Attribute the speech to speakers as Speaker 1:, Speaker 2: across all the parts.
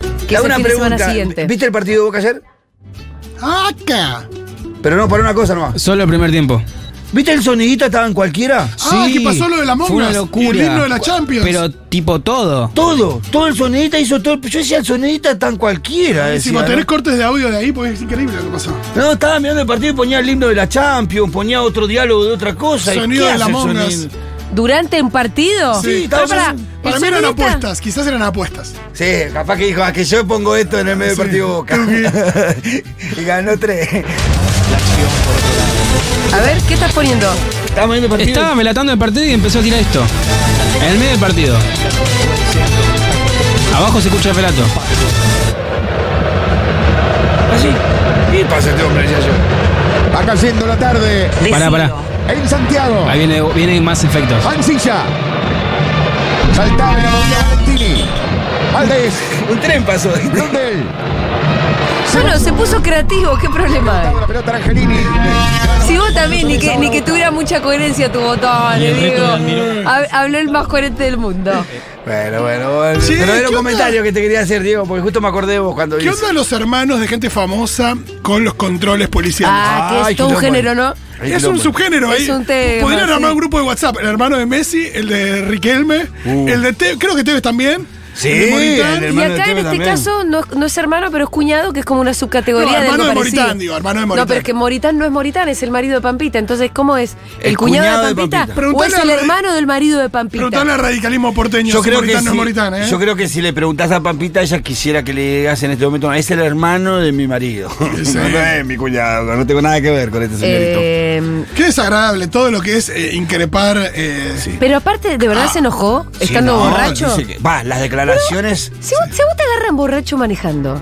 Speaker 1: empieza el
Speaker 2: hago una
Speaker 1: fin de semana
Speaker 2: pregunta.
Speaker 1: siguiente.
Speaker 2: ¿Viste el partido de Boca ayer?
Speaker 3: ¡Aca!
Speaker 2: Pero no, para una cosa nomás.
Speaker 4: Solo el primer tiempo.
Speaker 2: ¿Viste el sonidito estaba en cualquiera?
Speaker 3: Ah, que pasó lo de la Among
Speaker 4: Fue una
Speaker 3: Us y el
Speaker 4: locura.
Speaker 3: himno de la Champions.
Speaker 4: Pero tipo todo.
Speaker 2: Todo, todo el sonidita hizo todo. Yo decía, el sonidita está en cualquiera.
Speaker 3: si
Speaker 2: decía,
Speaker 3: vos tenés
Speaker 2: ¿no?
Speaker 3: cortes de audio de ahí, pues es increíble lo que pasó.
Speaker 2: No, estaba mirando el partido y ponía el himno de la Champions, ponía otro diálogo de otra cosa. ¿y
Speaker 3: Sonido
Speaker 2: qué
Speaker 3: de la
Speaker 2: hace el
Speaker 3: Among Us.
Speaker 2: sonido?
Speaker 1: ¿Durante un partido?
Speaker 2: Sí,
Speaker 3: Para,
Speaker 2: estaba-
Speaker 3: para,
Speaker 2: ¿el
Speaker 3: mí eran
Speaker 1: sonidista?
Speaker 3: apuestas, quizás eran apuestas.
Speaker 2: Sí, capaz que dijo, ah, que yo pongo esto en el medio del partido de Boca. y ganó tres.
Speaker 1: A ver, ¿qué estás poniendo?
Speaker 2: Estaba viendo el partido.
Speaker 4: Estaba relatando el partido y empezó a tirar esto. En el medio del partido. Abajo se escucha el relato.
Speaker 2: así. ¿Qué pasa este hombre? Decía yo.
Speaker 5: Va cayendo la tarde
Speaker 4: Pará, pará.
Speaker 5: en Santiago.
Speaker 4: Ahí viene, vienen más efectos.
Speaker 5: Mancilla. Saltaba la bola Valentini. Valdés.
Speaker 2: Un tren pasó.
Speaker 5: Rondel.
Speaker 1: Bueno, se puso creativo, ¿qué problema hay?
Speaker 5: La pelota de Angelini.
Speaker 1: Si vos también, ni que, ni que tuviera mucha coherencia tu botón,
Speaker 4: Y el resto
Speaker 1: Diego.
Speaker 4: del mirón.
Speaker 1: Hab- Habló el más coherente del mundo.
Speaker 2: Bueno, bueno, bueno.
Speaker 3: Sí,
Speaker 2: Pero era
Speaker 3: ¿qué
Speaker 2: un
Speaker 3: onda?
Speaker 2: comentario que te quería hacer, Diego, porque justo me acordé de vos cuando
Speaker 3: ¿Qué
Speaker 2: hice.
Speaker 3: onda los hermanos de gente famosa con los controles policiales?
Speaker 1: Ah, que
Speaker 2: Ay,
Speaker 1: es todo un
Speaker 2: quilombo.
Speaker 1: género, ¿no?
Speaker 2: Ay,
Speaker 3: Es un
Speaker 2: quilombo.
Speaker 3: subgénero
Speaker 1: Es
Speaker 3: ahí.
Speaker 1: un tema,
Speaker 3: Podrían armar
Speaker 1: sí.
Speaker 3: un grupo de WhatsApp. El hermano de Messi, el de Riquelme,
Speaker 2: Uh.
Speaker 3: el de Tevez, creo que Tevez también.
Speaker 2: Sí,
Speaker 3: el de Moritán.
Speaker 2: el de-
Speaker 1: Y
Speaker 2: hermano
Speaker 1: acá en
Speaker 2: Tevez
Speaker 1: este
Speaker 2: también.
Speaker 1: caso no, no es hermano, pero es cuñado, que es como una subcategoría
Speaker 3: No,
Speaker 1: de
Speaker 3: hermano
Speaker 1: algo
Speaker 3: de
Speaker 1: parecido.
Speaker 3: Moritán, digo, hermano de Moritán.
Speaker 1: No, pero es que Moritán no es Moritán, es el marido de Pampita. Entonces, ¿cómo es? ¿El,
Speaker 2: El
Speaker 1: cuñado,
Speaker 2: cuñado
Speaker 1: de
Speaker 2: de
Speaker 1: Pampita?
Speaker 2: Pampita.
Speaker 1: ¿O es
Speaker 3: Preguntale
Speaker 1: el
Speaker 3: al-
Speaker 1: hermano del marido de Pampita?
Speaker 3: Preguntale al radicalismo porteño.
Speaker 2: Yo
Speaker 3: si
Speaker 2: creo,
Speaker 3: Moritán
Speaker 2: que
Speaker 3: no
Speaker 2: si,
Speaker 3: es Moritán, ¿eh?
Speaker 2: yo creo que si le preguntás a Pampita, ella quisiera que le digas en este momento, es el hermano de mi marido.
Speaker 3: Sí.
Speaker 2: No, no es mi cuñado, no tengo nada que ver con este señorito.
Speaker 1: Eh,
Speaker 3: Qué desagradable todo lo que es eh, increpar. eh,
Speaker 1: pero aparte, ¿de verdad se enojó
Speaker 2: Sí,
Speaker 1: estando
Speaker 2: no,
Speaker 1: borracho?
Speaker 2: dice que- Va, las declaraciones.
Speaker 1: Si vos, si a vos te agarran borracho manejando,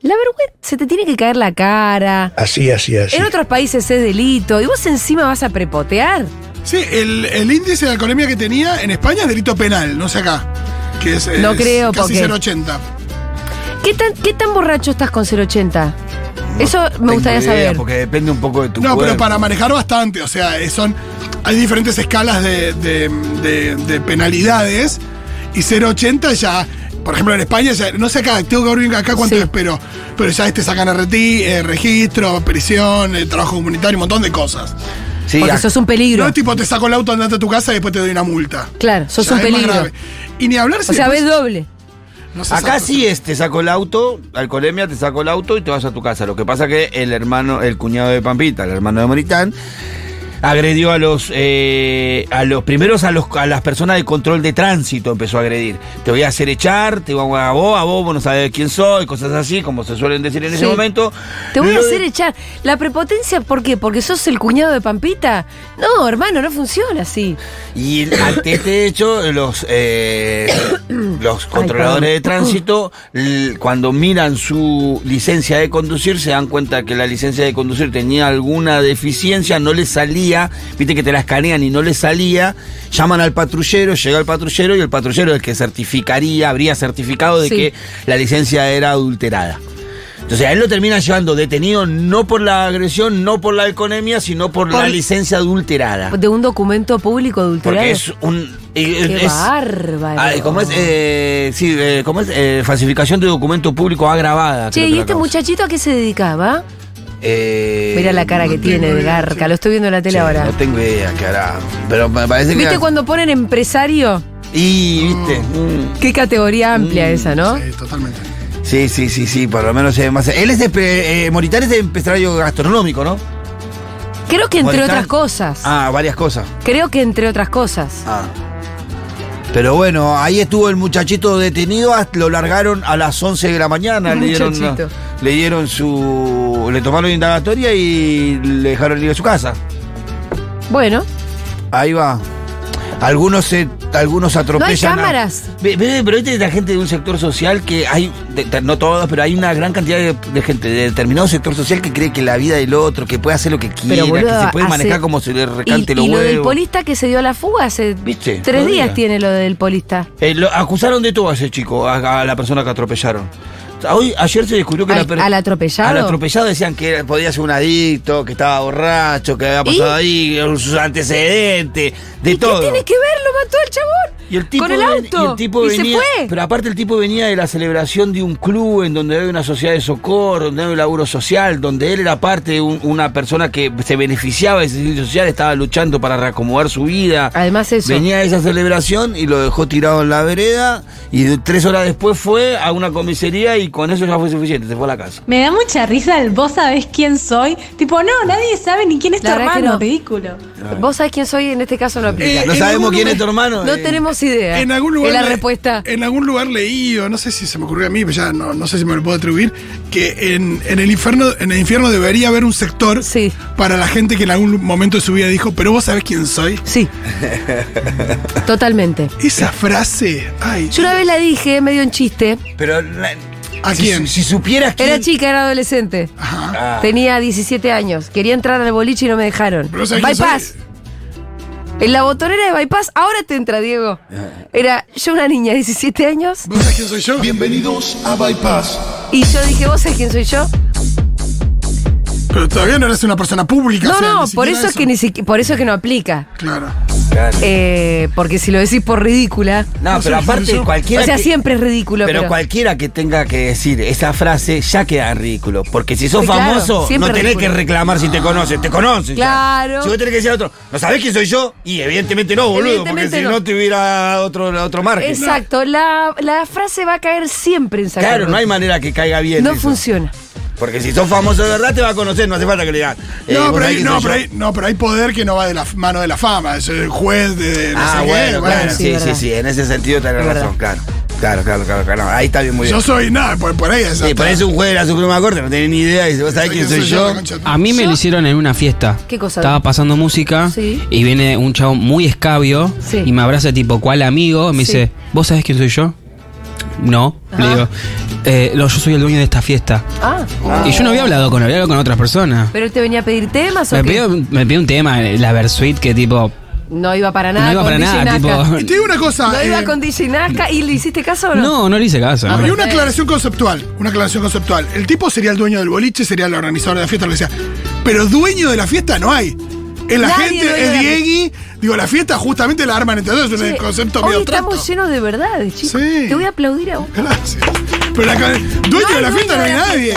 Speaker 1: la vergüenza se te tiene que caer la cara.
Speaker 6: Así, así, así.
Speaker 1: En otros países es delito. Y vos encima vas a prepotear.
Speaker 3: Sí, el, el índice de alcoholemia que tenía en España es delito penal, no sé acá. Que es,
Speaker 1: No
Speaker 3: es
Speaker 1: creo,
Speaker 3: casi
Speaker 1: porque-
Speaker 3: 0,80.
Speaker 1: ¿Qué tan, ¿Qué tan borracho estás con 080? Eso me
Speaker 2: Tengo
Speaker 1: gustaría
Speaker 2: idea,
Speaker 1: saber.
Speaker 2: Porque depende un poco de tu
Speaker 3: No, pero
Speaker 2: cuerpo.
Speaker 3: para manejar bastante, o sea, eh, son. Hay diferentes escalas de, de- de- de penalidades y 0,80 ya. Por ejemplo, en España, ya- no sé acá, tengo que abrir acá cuánto
Speaker 1: Sí.
Speaker 3: espero, pero ya te sacan RT, eh, registro, prisión, eh, trabajo comunitario, un montón de cosas.
Speaker 2: Sí,
Speaker 1: Porque
Speaker 2: ac-
Speaker 1: sos un peligro.
Speaker 3: No es tipo te saco el auto, andate a tu casa y después te doy una multa.
Speaker 1: Claro, sos
Speaker 3: Ya,
Speaker 1: un
Speaker 3: es más
Speaker 1: peligro.
Speaker 3: grave. Y ni hablar si
Speaker 1: O sea, ves
Speaker 3: después-
Speaker 1: doble.
Speaker 3: no sé
Speaker 2: Acá
Speaker 3: esas
Speaker 2: sí es, te saco el auto, alcoholemia, te saco el auto y te vas a tu casa. Lo que pasa que el hermano, el cuñado de Pampita, el hermano de Moritán, agredió a los eh, a los primeros a los a las personas de control de tránsito empezó a agredir. Te voy a hacer echar, te voy a a vos, a vos, vos no sabés quién soy, cosas así, como se suelen decir en
Speaker 1: Sí.
Speaker 2: ese momento.
Speaker 1: Te voy a
Speaker 2: Lo de-
Speaker 1: hacer echar. La prepotencia, ¿por qué? ¿Porque sos el cuñado de Pampita? No, hermano, no funciona así.
Speaker 2: Y el- ante este hecho, los, eh, los
Speaker 1: perdón.
Speaker 2: controladores de tránsito, l- cuando miran su licencia de conducir, se dan cuenta que la licencia de conducir tenía alguna deficiencia, no le salía, viste que te la escanean y no le salía, llaman al patrullero, llega el patrullero y el patrullero es el que certificaría, habría certificado de
Speaker 1: Sí.
Speaker 2: que la licencia era adulterada. Entonces a él lo termina llevando detenido no por la agresión, no por la alcoholemia, sino por, la
Speaker 1: Por-
Speaker 2: licencia adulterada.
Speaker 1: De un documento público adulterado.
Speaker 2: Porque es un. eh,
Speaker 1: Qué
Speaker 2: es-
Speaker 1: bárbaro.
Speaker 2: Ay, ¿Cómo es? Eh, sí, eh, ¿cómo es? Eh, falsificación de documento público agravada.
Speaker 1: Che,
Speaker 2: creo que
Speaker 1: ¿y
Speaker 2: lo
Speaker 1: este
Speaker 2: acabas.
Speaker 1: muchachito a qué se dedicaba?
Speaker 2: Eh,
Speaker 1: Mira la cara que
Speaker 3: no
Speaker 1: tiene
Speaker 3: tengo
Speaker 1: de
Speaker 3: idea,
Speaker 1: garca,
Speaker 3: sí.
Speaker 1: lo estoy viendo en la tele
Speaker 2: che,
Speaker 1: ahora.
Speaker 2: No tengo idea qué hará. Pero me parece que.
Speaker 1: ¿Viste cuando ponen empresario?
Speaker 2: Y, viste. Mm.
Speaker 1: Qué categoría amplia esa, ¿no?
Speaker 3: cosas. Sí, totalmente.
Speaker 2: Sí, sí, sí, sí, por lo menos es más. Él es de. eh, Moritán es de empresario gastronómico, ¿no?
Speaker 1: Creo que entre
Speaker 2: Moritán-
Speaker 1: otras cosas.
Speaker 2: Ah, varias cosas.
Speaker 1: Creo que entre otras cosas.
Speaker 2: Ah. Pero bueno, ahí estuvo el muchachito detenido, hasta- lo largaron a las 11 de la mañana, le dieron,
Speaker 1: Muchachito.
Speaker 2: le dieron su... le tomaron indagatoria y le dejaron ir a su casa.
Speaker 1: Bueno,
Speaker 2: Ahí va. Algunos se, algunos atropellan. a-
Speaker 1: cámaras.
Speaker 2: Ve- ve- pero viste la gente de un sector social que hay, de- de- no todos, pero hay una gran cantidad de, de gente de determinado sector social que cree que la vida del otro, que puede hacer lo que quiera,
Speaker 1: pero boludo,
Speaker 2: que se puede
Speaker 1: hace-
Speaker 2: manejar como se le recante
Speaker 1: y,
Speaker 2: los
Speaker 1: y lo del
Speaker 2: huevos.
Speaker 1: polista que se dio a la fuga hace
Speaker 2: ¿Viste?
Speaker 1: tres
Speaker 2: Podría.
Speaker 1: días tiene lo del polista.
Speaker 2: Eh, lo acusaron de todo a ese chico, a, a la persona que atropellaron. Hoy, ayer se descubrió que
Speaker 1: ¿Al-
Speaker 2: la per-
Speaker 1: al atropellado?
Speaker 2: Al atropellado decían que era- podía ser un adicto, que estaba borracho, que había pasado ahí, sus antecedentes, de
Speaker 1: ¿Y
Speaker 2: todo.
Speaker 1: qué tiene que ver? Lo mató el chabón.
Speaker 2: Y el tipo
Speaker 1: Con el
Speaker 2: ven-
Speaker 1: auto.
Speaker 2: y el tipo
Speaker 1: Y se
Speaker 2: venía,
Speaker 1: fue.
Speaker 2: Pero aparte el tipo venía de la celebración de un club, en donde hay una sociedad de socorro, donde hay un laburo social, donde él era parte de un- una persona que se beneficiaba de ese servicio social, estaba luchando para reacomodar su vida.
Speaker 1: Además eso.
Speaker 2: Venía de esa celebración y lo dejó tirado en la vereda y de- tres horas después fue a una comisaría y con eso ya fue suficiente, se fue a la casa.
Speaker 6: Me da mucha risa el vos sabés quién soy. Tipo, no, nadie sabe ni quién es
Speaker 1: La
Speaker 6: tu
Speaker 1: verdad que
Speaker 6: hermano.
Speaker 1: no.
Speaker 6: Ridículo.
Speaker 1: Vos sabés quién soy, en este caso no aplica.
Speaker 3: Eh,
Speaker 2: no
Speaker 3: en
Speaker 2: sabemos
Speaker 3: algún
Speaker 2: quién es
Speaker 3: lugar-
Speaker 2: tu hermano.
Speaker 1: no
Speaker 2: eh.
Speaker 1: tenemos idea.
Speaker 3: En algún lugar.
Speaker 1: Es la
Speaker 3: le-
Speaker 1: respuesta.
Speaker 3: En algún lugar leído, no sé si se me ocurrió a mí, pero ya no, no sé si me lo puedo atribuir, que en, en el infierno, en el infierno debería haber un sector
Speaker 1: Sí.
Speaker 3: para la gente que en algún lu- momento de su vida dijo, pero vos sabés quién soy.
Speaker 1: Sí. Totalmente.
Speaker 3: Esa frase, ay,
Speaker 1: Yo una vez la dije, medio en chiste.
Speaker 2: Pero la-
Speaker 3: ¿a
Speaker 2: si,
Speaker 3: quién?
Speaker 2: si supieras que
Speaker 1: Era chica, era adolescente.
Speaker 3: Ajá.
Speaker 2: Ah.
Speaker 1: Tenía 17 años. Quería entrar al boliche y no me dejaron.
Speaker 3: Pero ¿sabés quién
Speaker 1: Bypass. En la botonera de Bypass, ahora te entra, Diego. Era yo una niña, 17 años.
Speaker 3: ¿Vos sabés quién soy yo?
Speaker 5: Bienvenidos a Bypass.
Speaker 1: Y yo dije, ¿vos sabés quién soy yo?
Speaker 3: Pero todavía no eres una persona pública. o
Speaker 1: No,
Speaker 3: sea,
Speaker 1: no,
Speaker 3: ni siquiera
Speaker 1: por eso, es que ni siqui- por eso es que no aplica.
Speaker 3: Claro.
Speaker 1: Eh, porque si lo decís por ridícula.
Speaker 2: No, pero aparte cualquiera
Speaker 1: O sea,
Speaker 2: que-
Speaker 1: siempre es ridículo.
Speaker 2: Pero,
Speaker 1: Pero,
Speaker 2: cualquiera que tenga que decir esa frase ya queda en ridículo. Porque si sos
Speaker 1: Sí, claro,
Speaker 2: famoso,
Speaker 1: siempre
Speaker 2: no tenés
Speaker 1: ridículo.
Speaker 2: que reclamar si te conocen. Te conocen. ya.
Speaker 1: Claro.
Speaker 2: Si vos tenés que decir a otro, ¿no sabés quién soy yo? Y evidentemente no, boludo.
Speaker 1: Evidentemente
Speaker 2: porque si
Speaker 1: no.
Speaker 2: no, te hubiera otro, otro margen.
Speaker 1: Exacto, la, la frase va a caer siempre en sacar.
Speaker 2: Claro, no hay
Speaker 1: cosas.
Speaker 2: manera que caiga bien.
Speaker 1: No
Speaker 2: eso.
Speaker 1: funciona.
Speaker 2: Porque si sos famoso de verdad, te va a conocer. No hace falta que le digas. eh, ¿vos
Speaker 3: no, pero
Speaker 2: sabés
Speaker 3: hay,
Speaker 2: quién
Speaker 3: no,
Speaker 2: soy
Speaker 3: pero
Speaker 2: yo?
Speaker 3: hay, no, pero hay poder que no va de la f- mano de la fama. Es el juez de, de no
Speaker 2: Ah,
Speaker 3: sé
Speaker 2: bueno,
Speaker 3: qué.
Speaker 2: claro.
Speaker 1: sí,
Speaker 2: Sí, sí,
Speaker 1: verdad.
Speaker 2: sí. En ese sentido tenés
Speaker 1: Es verdad.
Speaker 2: razón, claro. Claro, claro, claro, claro. Ahí está bien, muy bien.
Speaker 3: Yo soy nada, por, por ahí es
Speaker 2: Sí, por eso un juez de la Suprema Corte no tenés ni idea. Y dice, ¿vos sabés quién soy yo?
Speaker 4: A mí me lo hicieron en una fiesta.
Speaker 1: ¿Qué cosa?
Speaker 4: Estaba pasando música
Speaker 1: Sí.
Speaker 4: y viene un chavo muy escabio
Speaker 1: Sí.
Speaker 4: y me abraza tipo, ¿cuál amigo? Y me
Speaker 1: Sí.
Speaker 4: dice, ¿vos sabés quién soy yo? No. Le
Speaker 1: Ajá.
Speaker 4: digo, "Eh, no, yo soy el dueño de esta fiesta.
Speaker 1: Ah,
Speaker 4: Y yo no había hablado con él, había hablado con otras personas.
Speaker 1: pero él te venía a pedir temas o
Speaker 4: Me
Speaker 1: qué?
Speaker 4: pidió, me pidió un tema, eh, la Versuit, que tipo,
Speaker 1: No iba para nada.
Speaker 4: no iba
Speaker 1: con
Speaker 4: para
Speaker 1: DJ
Speaker 4: nada,
Speaker 1: Nazca.
Speaker 3: Y
Speaker 4: tipo...
Speaker 3: te digo una cosa.
Speaker 1: No iba
Speaker 3: eh,
Speaker 1: con DJ Nazca y le hiciste caso o no?
Speaker 4: No, no le hice caso.
Speaker 1: Ah,
Speaker 4: no.
Speaker 3: Y
Speaker 1: bueno.
Speaker 3: una aclaración conceptual, una aclaración conceptual. El tipo sería el dueño del boliche, sería el organizador de la fiesta, lo que sea. Pero dueño de la fiesta no hay. Es la
Speaker 1: Nadie dueño
Speaker 3: gente,
Speaker 1: de
Speaker 3: es
Speaker 1: la-
Speaker 3: Diegui. Digo, la fiesta justamente la arman entre dos, es
Speaker 1: Che,
Speaker 3: un concepto
Speaker 1: hoy
Speaker 3: medio
Speaker 1: estamos
Speaker 3: abstracto.
Speaker 1: llenos de verdades, chicos.
Speaker 3: Sí.
Speaker 1: Te voy a aplaudir a vos.
Speaker 3: Gracias. Pero la, dueño
Speaker 1: No
Speaker 3: de la
Speaker 1: hay
Speaker 3: fiesta
Speaker 1: dueño de
Speaker 3: no hay
Speaker 1: la
Speaker 3: nadie.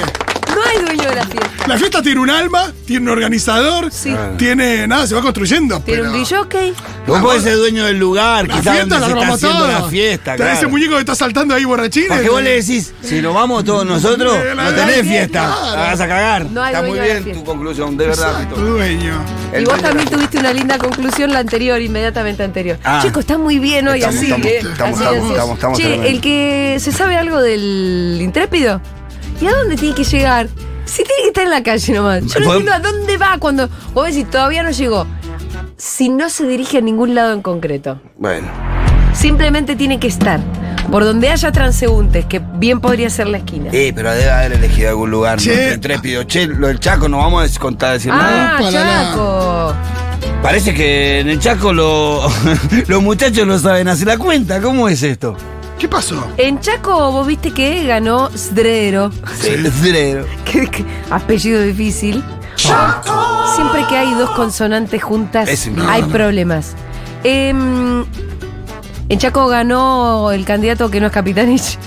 Speaker 1: No hay dueño de la fiesta.
Speaker 3: La fiesta tiene un alma, tiene un organizador,
Speaker 1: Sí.
Speaker 3: tiene. Nada, se va construyendo.
Speaker 1: Tiene
Speaker 3: pero
Speaker 1: un DJ.
Speaker 2: Ah. Vos podés ser dueño del lugar,
Speaker 3: La
Speaker 2: quizás donde
Speaker 3: fiesta la
Speaker 2: se está
Speaker 3: armamos
Speaker 2: haciendo
Speaker 3: todos.
Speaker 2: la fiesta,
Speaker 3: Trae ese
Speaker 2: claro.
Speaker 3: muñeco que está saltando ahí borrachín.
Speaker 2: Porque vos le decís, si nos vamos todos nosotros,
Speaker 3: Sí, la
Speaker 2: no
Speaker 3: verdad,
Speaker 2: tenés
Speaker 1: sí,
Speaker 2: fiesta,
Speaker 1: claro.
Speaker 2: la vas a cagar.
Speaker 1: No hay
Speaker 2: Está muy
Speaker 1: dueño de la
Speaker 2: bien tu
Speaker 1: fiesta.
Speaker 2: conclusión, de verdad.
Speaker 3: Exacto,
Speaker 2: Pito.
Speaker 3: dueño.
Speaker 2: El
Speaker 1: y vos
Speaker 2: dueño
Speaker 1: también
Speaker 2: de la-
Speaker 1: tuviste una linda conclusión la anterior, inmediatamente anterior.
Speaker 2: Ah.
Speaker 1: Chicos, está muy bien hoy
Speaker 2: Estamos,
Speaker 1: así,
Speaker 2: estamos,
Speaker 1: ¿eh?
Speaker 2: estamos,
Speaker 1: Así,
Speaker 2: estamos,
Speaker 1: así.
Speaker 2: estamos, estamos
Speaker 1: Che,
Speaker 2: tremendo.
Speaker 1: el que se sabe algo del intrépido, ¿y a dónde tiene que llegar? Si tiene que estar en la calle nomás. Yo no
Speaker 2: ¿Podemos-
Speaker 1: entiendo a dónde va cuando. Vos decís, todavía no llegó. Si no se dirige a ningún lado en concreto.
Speaker 2: Bueno,
Speaker 1: Simplemente tiene que estar por donde haya transeúntes, que bien podría ser la esquina.
Speaker 3: Eh,
Speaker 2: sí, pero debe haber elegido algún lugar.
Speaker 3: Che.
Speaker 2: ¿no? Intrépido, che, lo del Chaco no vamos a descontar, decir nada.
Speaker 1: ah,
Speaker 3: no, para nada.
Speaker 1: Chaco.
Speaker 2: Parece que en el Chaco lo- los muchachos no saben hacer la cuenta. ¿Cómo es esto?
Speaker 3: ¿Qué pasó?
Speaker 1: En Chaco vos viste que ganó Sdrero,
Speaker 2: Cedrero.
Speaker 1: que, que- apellido difícil. Siempre que hay dos consonantes juntas,
Speaker 2: Es un-
Speaker 1: hay
Speaker 3: no, no.
Speaker 1: problemas. Em, en Chaco ganó el candidato que no es Capitanich.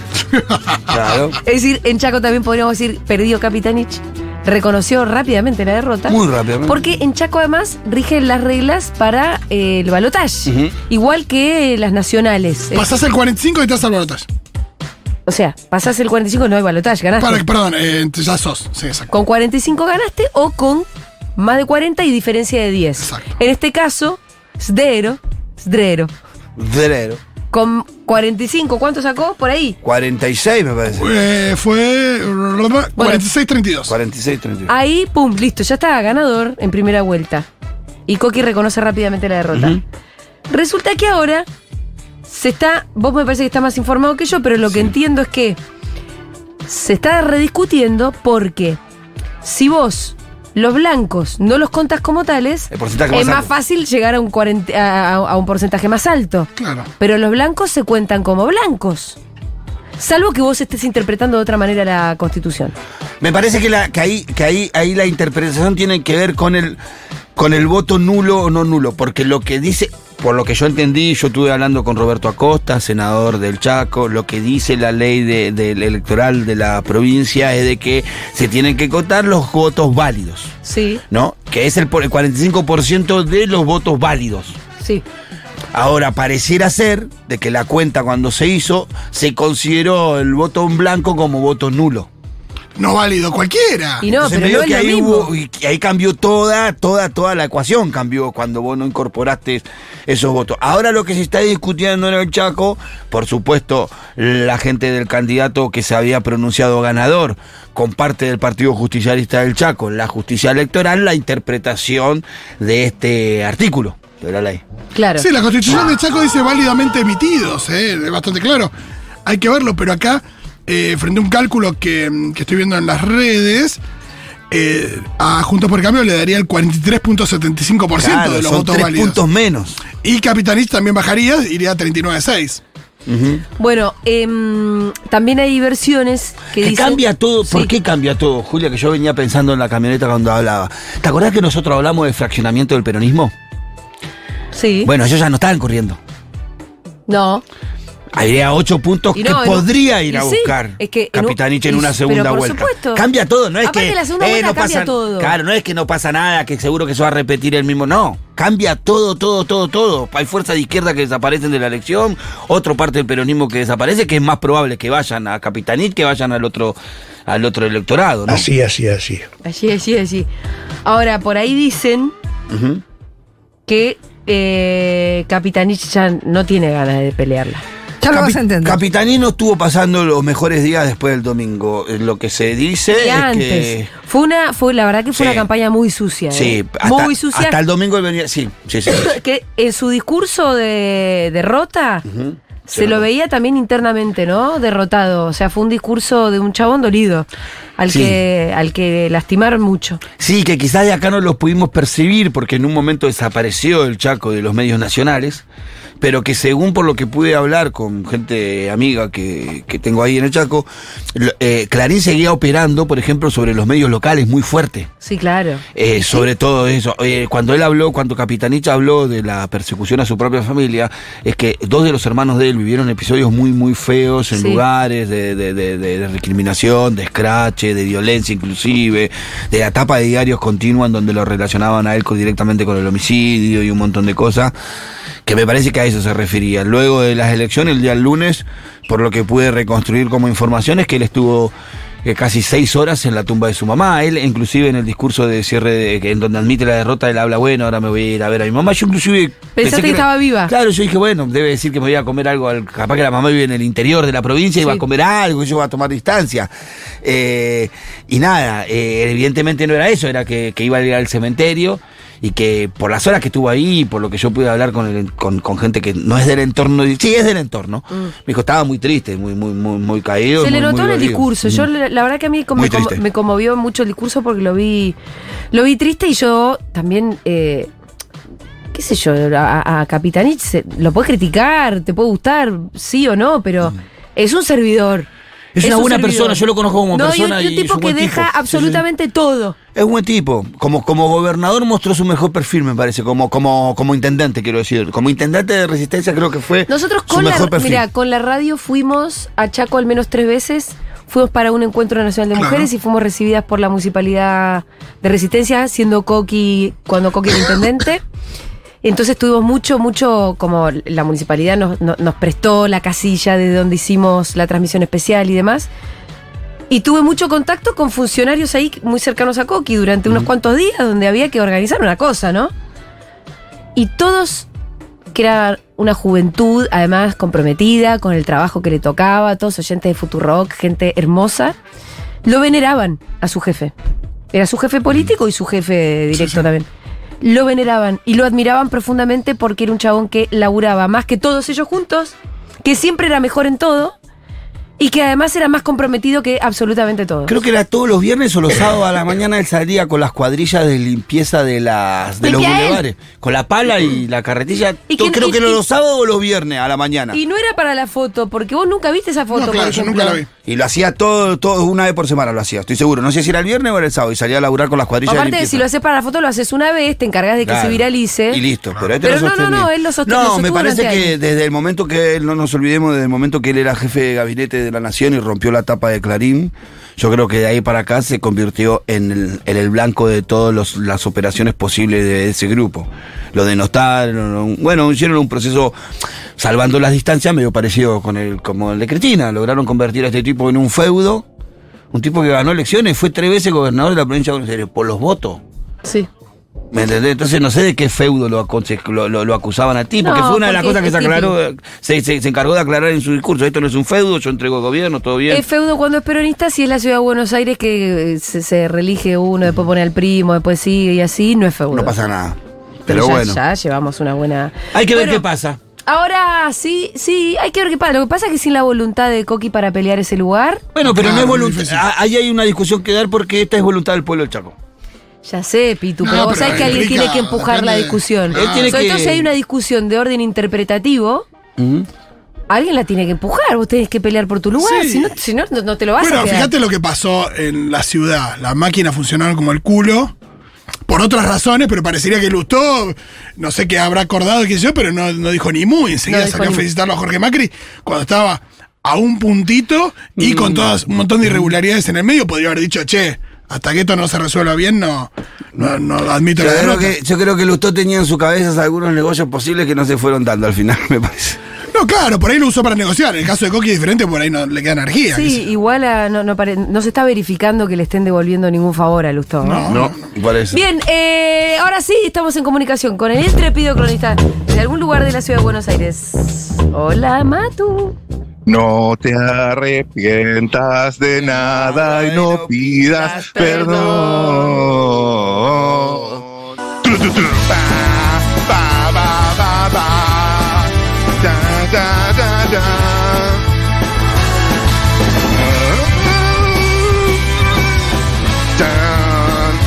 Speaker 2: Claro.
Speaker 1: Es decir, en Chaco también podríamos decir perdió Capitanich. Reconoció rápidamente la derrota.
Speaker 2: Muy rápidamente.
Speaker 1: Porque en Chaco además rigen las reglas para eh, el balotaje,
Speaker 2: Ujú.
Speaker 1: igual que las nacionales. Eh,
Speaker 3: Pasás el 45 y estás al balotaje.
Speaker 1: o sea, pasás el 45 no hay balotaje, ganaste.
Speaker 3: Para, perdón, eh, ya sos. Sí, exacto.
Speaker 1: Con 45 ganaste o con más de 40 y diferencia de 10.
Speaker 3: Exacto.
Speaker 1: En este caso, Sdero, Sdrero,
Speaker 2: Cedrero.
Speaker 1: con 45, ¿cuánto sacó? Por ahí.
Speaker 2: 46 me parece.
Speaker 3: Eh, fue 46-32.
Speaker 2: 46, 31.
Speaker 1: Ahí, pum, listo, ya está, ganador en primera vuelta. Y Coqui reconoce rápidamente la derrota. Resulta que ahora se está, vos me parece que está más informado que yo, pero lo que entiendo es que se está rediscutiendo porque si vos los blancos no los contas como tales,
Speaker 2: El porcentaje más
Speaker 1: es más
Speaker 2: alto.
Speaker 1: fácil llegar a un, 40 a- a- a un porcentaje más alto.
Speaker 3: Claro.
Speaker 1: Pero los blancos se cuentan como blancos. Salvo que vos estés interpretando de otra manera la Constitución.
Speaker 2: Me parece que, la, que, ahí, que ahí, ahí la interpretación tiene que ver con el, con el voto nulo o no nulo, porque lo que dice, por lo que yo entendí, yo estuve hablando con Roberto Acosta, senador del Chaco, lo que dice la ley de- del electoral de la provincia es de que se tienen que contar los votos válidos,
Speaker 1: Sí,
Speaker 2: ¿no? Que es el, por- el 45% de los votos válidos.
Speaker 1: sí.
Speaker 2: Ahora, pareciera ser de que la cuenta cuando se hizo, se consideró el voto en blanco como voto nulo.
Speaker 3: No válido cualquiera.
Speaker 1: Y no,
Speaker 2: Entonces,
Speaker 1: pero
Speaker 2: medio
Speaker 1: no es
Speaker 2: que
Speaker 1: lo
Speaker 2: ahí
Speaker 1: mismo.
Speaker 2: hubo- y que ahí cambió toda, toda, toda la ecuación, cambió cuando vos no incorporaste esos votos. Ahora lo que se está discutiendo en el Chaco, por supuesto, la gente del candidato que se había pronunciado ganador, con parte del Partido Justicialista del Chaco, la justicia electoral, la interpretación de este artículo de la ley.
Speaker 1: Claro.
Speaker 3: Sí, la constitución de Chaco dice válidamente emitidos, eh, es bastante claro. Hay que verlo, pero acá, eh, frente a un cálculo que, mm, que estoy viendo en las redes, eh, a Juntos por Cambio le daría el 43.75%
Speaker 2: Claro,
Speaker 3: de los
Speaker 2: son
Speaker 3: votos
Speaker 2: tres
Speaker 3: válidos.
Speaker 2: puntos menos.
Speaker 3: Y Capitanich también bajaría, iría a 39.6.
Speaker 1: Bueno, em, también hay versiones que,
Speaker 2: Que
Speaker 1: dicen.
Speaker 2: cambia todo. ¿Por
Speaker 1: Sí.
Speaker 2: qué cambia todo, Julia? Que yo venía pensando en la camioneta cuando hablaba. ¿Te acordás que nosotros hablamos de fraccionamiento del peronismo?
Speaker 1: Sí.
Speaker 2: Bueno, ellos ya no estaban corriendo.
Speaker 1: no.
Speaker 2: Habría ocho puntos
Speaker 1: Y
Speaker 2: que
Speaker 1: no, en un-
Speaker 2: podría ir
Speaker 1: y
Speaker 2: a
Speaker 1: sí,
Speaker 2: buscar
Speaker 1: es que en un-
Speaker 2: Capitanich en,
Speaker 1: y-
Speaker 2: una
Speaker 1: pero
Speaker 2: segunda
Speaker 1: por
Speaker 2: vuelta.
Speaker 1: supuesto.
Speaker 2: Cambia todo, no es
Speaker 1: Aparte,
Speaker 2: que. eh,
Speaker 1: la segunda vuelta
Speaker 2: no
Speaker 1: cambia
Speaker 2: pasa-
Speaker 1: todo.
Speaker 2: Claro, no es que no pasa nada, que seguro que se va a repetir el mismo. No, cambia todo, todo, todo, todo. Hay fuerzas de izquierda que desaparecen de la elección, otro parte del peronismo que desaparece, que es más probable que vayan a Capitanich que vayan al otro, al otro electorado, ¿no?
Speaker 7: Así, así, así.
Speaker 1: Allí, allí, allí. Ahora, por ahí dicen
Speaker 2: Ujú.
Speaker 1: que eh, Capitanich ya no tiene ganas de pelearla.
Speaker 8: Ya lo
Speaker 2: Capi-
Speaker 8: vas a entender.
Speaker 2: Capitaní no estuvo pasando los mejores días después del domingo. Eh, Lo que se dice
Speaker 1: Y
Speaker 2: es
Speaker 1: antes.
Speaker 2: que.
Speaker 1: Fue una, fue, la verdad que fue
Speaker 2: Sí.
Speaker 1: una campaña muy sucia.
Speaker 2: Sí,
Speaker 1: eh.
Speaker 2: hasta,
Speaker 1: muy sucia.
Speaker 2: hasta el domingo él venía. Sí, sí, sí.
Speaker 1: que en su discurso de derrota se lo veía también internamente, ¿no? Derrotado. O sea, fue un discurso de un chabón dolido, al
Speaker 2: Sí.
Speaker 1: que, al que lastimaron mucho.
Speaker 2: Sí, que quizás de acá no los pudimos percibir porque en un momento desapareció el Chaco de los medios nacionales, pero que según por lo que pude hablar con gente amiga que, que tengo ahí en el Chaco, lo- eh, Clarín seguía operando, por ejemplo, sobre los medios locales muy fuerte.
Speaker 1: Sí, claro.
Speaker 2: Eh, sobre todo eso. Eh, cuando él habló, cuando Capitanich habló de la persecución a su propia familia, es que dos de los hermanos de él vivieron episodios muy, muy feos en
Speaker 1: Sí.
Speaker 2: lugares de, de- de- de- de recriminación, de escrache, de violencia inclusive, de la tapa de diarios continua en donde lo relacionaban a él co- directamente con el homicidio y un montón de cosas, que me parece que a eso se refería. Luego de las elecciones, el día lunes, por lo que pude reconstruir como información, es que él estuvo eh, casi seis horas en la tumba de su mamá. Él, inclusive en el discurso de cierre, de- que en donde admite la derrota, él habla, bueno, ahora me voy a ir a ver a mi mamá. Yo inclusive...
Speaker 1: Pensaste que estaba viva.
Speaker 2: Claro, yo dije, bueno, debe decir que me voy a comer algo. al- Capaz que la mamá vive en el interior de la provincia y va a
Speaker 1: Sí.
Speaker 2: comer algo, y yo voy a tomar distancia. Eh, y nada, eh, evidentemente no era eso, era que, que iba a ir al cementerio y que por las horas que estuvo ahí, por lo que yo pude hablar con, el- con, con gente que no es del entorno, sí es del entorno, me dijo, estaba muy triste, muy, muy, muy, muy caído.
Speaker 1: Mm. Se le
Speaker 2: muy- muy
Speaker 1: notó en el
Speaker 2: dolido.
Speaker 1: discurso. Yo, la la verdad que a mí como-
Speaker 2: Muy
Speaker 1: me, como-
Speaker 2: triste.
Speaker 1: me conmovió mucho el discurso porque lo vi, lo vi triste y yo también, eh, qué sé yo, a, a Capitanich se- lo puedes criticar, te puede gustar, sí o no, pero es un servidor.
Speaker 2: Es una
Speaker 1: un
Speaker 2: buena persona, yo lo conozco como
Speaker 1: No, y un-
Speaker 2: persona
Speaker 1: Y un,
Speaker 2: y es
Speaker 1: tipo
Speaker 2: un
Speaker 1: que
Speaker 2: buen tipo.
Speaker 1: deja
Speaker 2: Sí, sí.
Speaker 1: absolutamente todo.
Speaker 2: Es un buen tipo. Como, como gobernador mostró su mejor perfil, me parece. Como, como, como intendente, quiero decir. Como intendente de resistencia creo que fue
Speaker 1: Nosotros
Speaker 2: su
Speaker 1: con la,
Speaker 2: mejor perfil.
Speaker 1: mirá, con la radio fuimos a Chaco al menos tres veces. Fuimos para un encuentro nacional de mujeres y fuimos recibidas por la municipalidad de Resistencia, siendo Coqui, cuando Coqui era intendente. Entonces tuvimos mucho, mucho, como la municipalidad nos, no- nos prestó la casilla de donde hicimos la transmisión especial y demás. Y tuve mucho contacto con funcionarios ahí muy cercanos a Coqui durante
Speaker 2: Mm.
Speaker 1: unos cuantos días, donde había que organizar una cosa, ¿no? Y todos que era una juventud, además comprometida con el trabajo que le tocaba, todos oyentes de Futurock, gente hermosa, lo veneraban a su jefe. Era su jefe político y su jefe directo también. Lo veneraban y lo admiraban profundamente porque era un chabón que laburaba más que todos ellos juntos, que siempre era mejor en todo Y que además era más comprometido que absolutamente todo.
Speaker 2: Creo que era todos los viernes o los sábados a la mañana él salía con las cuadrillas de limpieza de las de los
Speaker 1: Limpia él.
Speaker 2: bulevares. Con la pala y la carretilla.
Speaker 1: Y
Speaker 2: To-
Speaker 1: que-
Speaker 2: creo
Speaker 1: y-
Speaker 2: que
Speaker 1: y-
Speaker 2: era los sábados o los viernes a la mañana.
Speaker 1: Y no era para la foto, porque vos nunca viste esa foto.
Speaker 3: No, claro,
Speaker 1: por
Speaker 3: yo
Speaker 1: ejemplo.
Speaker 3: nunca la vi.
Speaker 2: Y lo hacía todo, todo, una vez por semana lo hacía, estoy seguro. No sé si era el viernes o era el sábado. Y salía a laburar con las cuadrillas de
Speaker 1: Aparte,
Speaker 2: limpieza.
Speaker 1: si lo haces para la foto, lo haces una vez, te encargas de que
Speaker 2: Claro.
Speaker 1: se viralice.
Speaker 2: Y listo. Pero, este
Speaker 1: Pero
Speaker 2: lo
Speaker 1: no, no,
Speaker 2: sostiene.
Speaker 1: no, él lo sost-
Speaker 2: No,
Speaker 1: lo sostuvo
Speaker 2: me parece
Speaker 1: durante
Speaker 2: que
Speaker 1: años.
Speaker 2: desde el momento que él, no nos olvidemos, desde el momento que él era jefe de gabinete de la Nación y rompió la tapa de Clarín, yo creo que de ahí para acá se convirtió en el, en el blanco de todas las operaciones posibles de ese grupo. Lo denostaron, bueno, hicieron un proceso salvando las distancias medio parecido con el, como el de Cristina. Lograron convertir a este tipo en un feudo. Un tipo que ganó elecciones, fue tres veces gobernador de la provincia de Buenos Aires por los votos.
Speaker 1: Sí.
Speaker 2: ¿Me entendés? Entonces no sé de qué feudo lo, aconse- lo, lo- lo acusaban a ti, porque
Speaker 1: No,
Speaker 2: fue una de las
Speaker 1: porque
Speaker 2: cosas que
Speaker 1: es
Speaker 2: se aclaró, eh, se, se- se encargó de aclarar en su discurso. Esto no es un feudo, yo entrego gobierno, todo bien.
Speaker 1: Es Eh, feudo cuando es peronista, si es la ciudad de Buenos Aires que eh, se, se reelige uno, después pone al primo, después sigue y así, no es feudo.
Speaker 2: no pasa nada.
Speaker 1: Pero
Speaker 2: Pero
Speaker 1: ya-
Speaker 2: bueno.
Speaker 1: Ya llevamos una buena.
Speaker 2: Hay que ver
Speaker 1: Bueno,
Speaker 2: qué pasa.
Speaker 1: Ahora sí, sí, hay que ver qué pasa. Lo que pasa es que sin la voluntad de Coqui para pelear ese lugar,
Speaker 2: Bueno, pero no
Speaker 3: Claro,
Speaker 2: es
Speaker 3: muy
Speaker 2: voluntad.
Speaker 3: difícil.
Speaker 2: a- Ahí hay una discusión que dar porque esta es voluntad del pueblo del Chaco.
Speaker 1: ya sé, Pitu,
Speaker 3: No,
Speaker 1: pero vos
Speaker 3: pero
Speaker 1: sabés que alguien
Speaker 3: implica-
Speaker 1: tiene que empujar la
Speaker 3: depende-
Speaker 1: discusión.
Speaker 2: Él tiene
Speaker 1: Sobre
Speaker 2: que-
Speaker 1: todo si hay una discusión de orden interpretativo,
Speaker 3: Mm.
Speaker 1: alguien la tiene que empujar. Vos tenés que pelear por tu lugar,
Speaker 3: Sí.
Speaker 1: si no, si no, no- no te lo vas a
Speaker 3: Bueno,
Speaker 1: quedar.
Speaker 3: fíjate lo que pasó en la ciudad. Las máquinas funcionaron como el culo. Por otras razones, pero parecería que Lustó, no sé qué habrá acordado y qué sé yo, pero no, no dijo ni muy. Enseguida
Speaker 1: No dijo
Speaker 3: salió a
Speaker 1: ni mu.
Speaker 3: felicitarlo a Jorge Macri cuando estaba a un puntito y
Speaker 1: Mm.
Speaker 3: con todas un montón de irregularidades en el medio podría haber dicho, che, hasta que esto no se resuelva bien, no, no, no admito
Speaker 2: Yo
Speaker 3: la
Speaker 2: creo,
Speaker 3: derrota.
Speaker 2: que, yo creo que Lustó tenía en su cabeza algunos negocios posibles que no se fueron dando al final, me parece.
Speaker 3: No, claro, por ahí lo usó para negociar. En el caso de Coqui es diferente, por ahí no le queda energía. qué sé
Speaker 1: Sí,
Speaker 3: yo.
Speaker 1: igual a- no, no, pare- no se está verificando que le estén devolviendo ningún favor a Lustó. ¿no?
Speaker 2: No, parece.
Speaker 1: Bien, eh, ahora sí estamos en comunicación con el intrépido cronista de algún lugar de la ciudad de Buenos Aires. Hola, Matu.
Speaker 7: No te arrepientas de nada y no pidas perdón. Tu, tu, tu, pa, pa, ba, ba, ba. Da, da, da, da.
Speaker 5: Oh.
Speaker 7: Dan,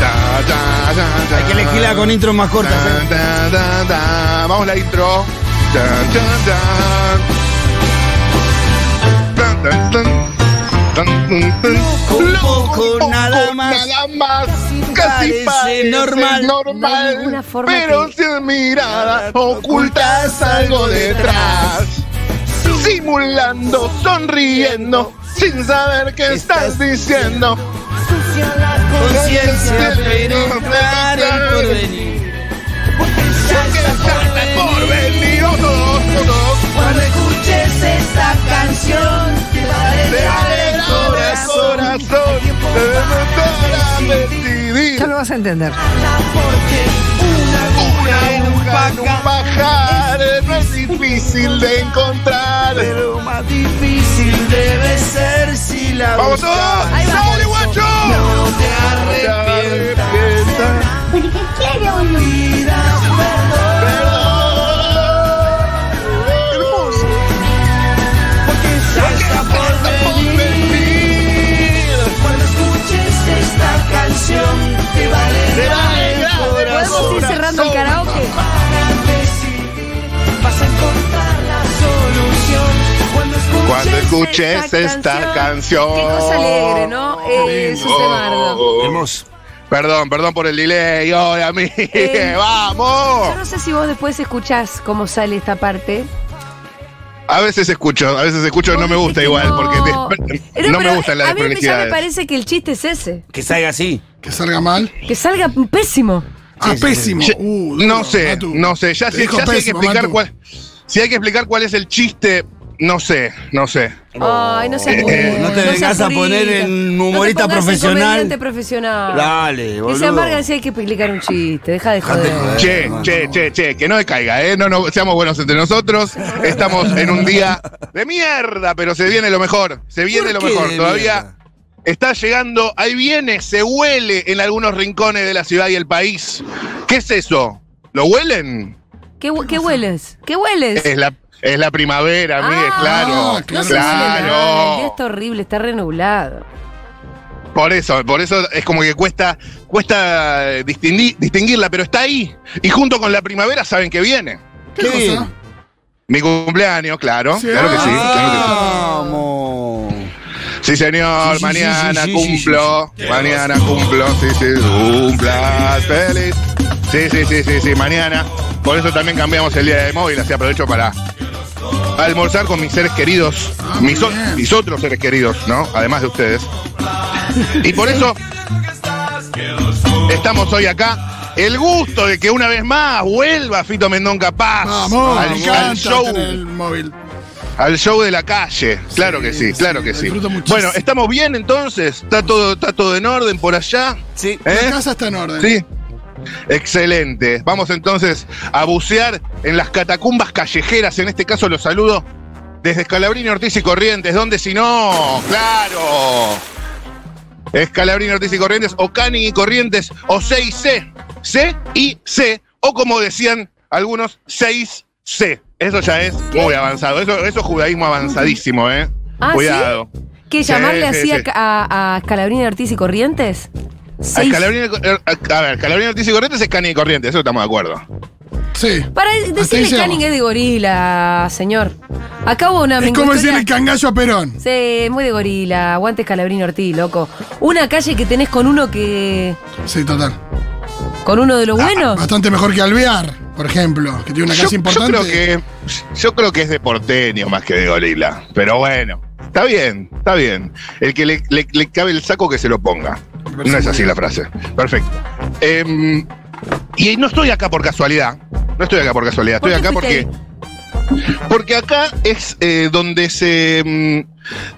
Speaker 7: da, da, da, da.
Speaker 2: Hay que elegirla con intro más corta.
Speaker 7: Dan, dan, dan, dan. Vamos la intro. Dan, dan, dan. Dan, dan, dan. Dan, dan, dan.
Speaker 2: poco, nada más.
Speaker 7: Nada más.
Speaker 2: parece
Speaker 7: Casi parece
Speaker 2: normal.
Speaker 7: normal.
Speaker 1: No hay ninguna forma
Speaker 7: pero
Speaker 1: que-
Speaker 7: sin mirada ocultas algo detrás. Simulando, sonriendo, sin saber qué estás diciendo.
Speaker 2: Conciencia,
Speaker 7: pero
Speaker 2: claro, el porvenir.
Speaker 7: Por venir o no, o no,
Speaker 1: Cuando escuches esta canción,
Speaker 7: te abre el corazón. Te dejará decidir.
Speaker 1: Ya lo vas a entender.
Speaker 7: Una aguja en un pajar no es difícil de encontrar. Pero más difícil debe ser si la ¡Vamos todos! ¡Sale, guacho! No te arrepientas. Hermoso. Porque ya está por venir. Te va a alegrar el
Speaker 1: ¿Podemos ir cerrando el
Speaker 7: corazón.
Speaker 1: karaoke?
Speaker 7: Cuando escuches esta canción.
Speaker 1: Qué cosa alegre, ¿no? Eh, Jesús Emardo.
Speaker 2: Hermoso.
Speaker 7: Perdón, perdón por el delay. Hola, mi.
Speaker 1: Eh, Yo
Speaker 7: ¡Vamos!
Speaker 1: no sé si vos después escuchás cómo sale esta parte.
Speaker 7: A veces escucho, a veces escucho, no me gusta igual, porque
Speaker 1: porque
Speaker 7: te- no me gustan las
Speaker 1: A mí ya me
Speaker 7: desprolijidades.
Speaker 1: parece que el chiste es ese.
Speaker 2: Que salga así.
Speaker 3: Que salga mal.
Speaker 1: Que salga pésimo.
Speaker 3: Ah, pésimo.
Speaker 7: Che,
Speaker 3: Uh,
Speaker 7: no
Speaker 3: duro,
Speaker 7: sé,
Speaker 3: Matu.
Speaker 7: no sé. Ya,
Speaker 3: Te
Speaker 7: si,
Speaker 3: dijo
Speaker 7: ya si hay que
Speaker 3: pésimo,
Speaker 7: explicar
Speaker 3: Matu.
Speaker 7: cuál. Si hay que explicar cuál es el chiste, no sé, no sé.
Speaker 1: Ay, no seas
Speaker 7: Eh,
Speaker 1: burro,
Speaker 2: no te
Speaker 1: seas
Speaker 2: vengas a poner
Speaker 1: burrito.
Speaker 2: en
Speaker 1: No te
Speaker 2: humorista
Speaker 1: pongas en
Speaker 2: profesional.
Speaker 1: comediante profesional.
Speaker 2: Dale,
Speaker 1: Que
Speaker 2: boludo.
Speaker 1: se amargan si hay que explicar un chiste. Deja de
Speaker 2: Dejate
Speaker 1: joder.
Speaker 2: joder.
Speaker 7: Che,
Speaker 2: hermano.
Speaker 7: che, che, che, que no decaiga, ¿eh? No, no, seamos buenos entre nosotros. Estamos en un día de mierda, pero se viene lo mejor. Se viene
Speaker 2: ¿Por
Speaker 7: lo
Speaker 2: qué
Speaker 7: mejor.
Speaker 2: de
Speaker 7: Todavía
Speaker 2: mierda?
Speaker 7: está llegando, ahí viene, se huele en algunos rincones de la ciudad y el país. ¿Qué es eso? ¿Lo huelen?
Speaker 1: ¿Qué, hu- qué hueles? ¿Qué hueles?
Speaker 7: Es la, Es la primavera, Miguel,
Speaker 1: Ah,
Speaker 7: claro.
Speaker 1: No se
Speaker 7: claro.
Speaker 1: ve nada, El día está horrible, está renublado.
Speaker 7: Por eso, por eso es como que cuesta, cuesta eh, distingui- distinguirla, pero está ahí. Y junto con la primavera saben que viene.
Speaker 3: ¿Qué cosa?
Speaker 7: Mi cumpleaños, claro.
Speaker 3: Sí.
Speaker 7: Claro que sí. claro
Speaker 2: Vamos.
Speaker 7: que sí. Sí, señor.
Speaker 2: Sí, sí,
Speaker 7: mañana
Speaker 2: sí, sí, sí,
Speaker 7: cumplo.
Speaker 2: sí, sí.
Speaker 7: Mañana cumplo. Sí, sí. Cumplas feliz. Sí, sí, sí, sí, sí. Mañana. Por eso también cambiamos el día de móvil. Así aprovecho para almorzar con mis seres queridos.
Speaker 2: Ah,
Speaker 7: Mis, o-
Speaker 3: bien.
Speaker 7: mis otros seres queridos, ¿no? Además de ustedes. Y por eso estamos hoy acá. El gusto de que una vez más vuelva Fito Mendón Capaz
Speaker 3: Vamos,
Speaker 7: al,
Speaker 3: me
Speaker 7: al
Speaker 3: encanta
Speaker 7: show.
Speaker 3: tener el móvil.
Speaker 7: Al show de la calle, claro que sí, claro
Speaker 3: sí,
Speaker 7: que
Speaker 3: lo
Speaker 7: sí.
Speaker 3: disfruto muchísimo.
Speaker 7: Bueno, ¿estamos bien entonces? ¿Está todo, está todo en orden por allá?
Speaker 2: Sí.
Speaker 7: ¿Eh?
Speaker 3: La casa está en orden.
Speaker 7: Sí. Excelente. Vamos entonces a bucear en las catacumbas callejeras. En este caso los saludo desde Escalabrini Ortiz y Corrientes. ¿Dónde si no? ¡Claro! Escalabrini Ortiz y Corrientes, o Cani y Corrientes, o 6C. C y C, o como decían algunos, 6C. Eso ya es muy avanzado. Eso, eso es judaísmo avanzadísimo, ¿eh?
Speaker 1: Ah, ¿sí?
Speaker 7: Cuidado.
Speaker 1: ¿Qué
Speaker 7: Sí,
Speaker 1: llamarle
Speaker 7: sí,
Speaker 1: así a
Speaker 7: sí.
Speaker 1: Ca- a, a Scalabrini, Ortiz y Corrientes?
Speaker 7: A
Speaker 1: Seis-
Speaker 7: Escalabrini, a ver, Escalabrini Ortiz y Corrientes es Cani y Corrientes, eso estamos de acuerdo.
Speaker 3: Sí.
Speaker 1: Para de-
Speaker 3: Hasta ahí
Speaker 1: decirle
Speaker 3: llegamos.
Speaker 1: Canning es de gorila, señor. Acá hubo una
Speaker 3: Es como
Speaker 1: mingostería-
Speaker 3: decir el cangallo a Perón.
Speaker 1: Sí, muy de gorila. Aguante Scalabrini Ortiz, loco. Una calle que tenés con uno que.
Speaker 3: Sí, total. Ah,
Speaker 1: con uno de los buenos.
Speaker 3: Bastante mejor que Alvear, por ejemplo, que tiene una casa importante.
Speaker 7: creo que, yo creo que es de porteño más que de gorila. Pero bueno, está bien, está bien. El que le, le- le cabe el saco que se lo ponga. No es así la frase. Perfecto. Em, y no estoy acá por casualidad. No estoy acá por casualidad.
Speaker 1: ¿Por
Speaker 7: Estoy
Speaker 1: qué
Speaker 7: acá
Speaker 1: fuiste
Speaker 7: porque. Porque acá es eh, donde se. mm,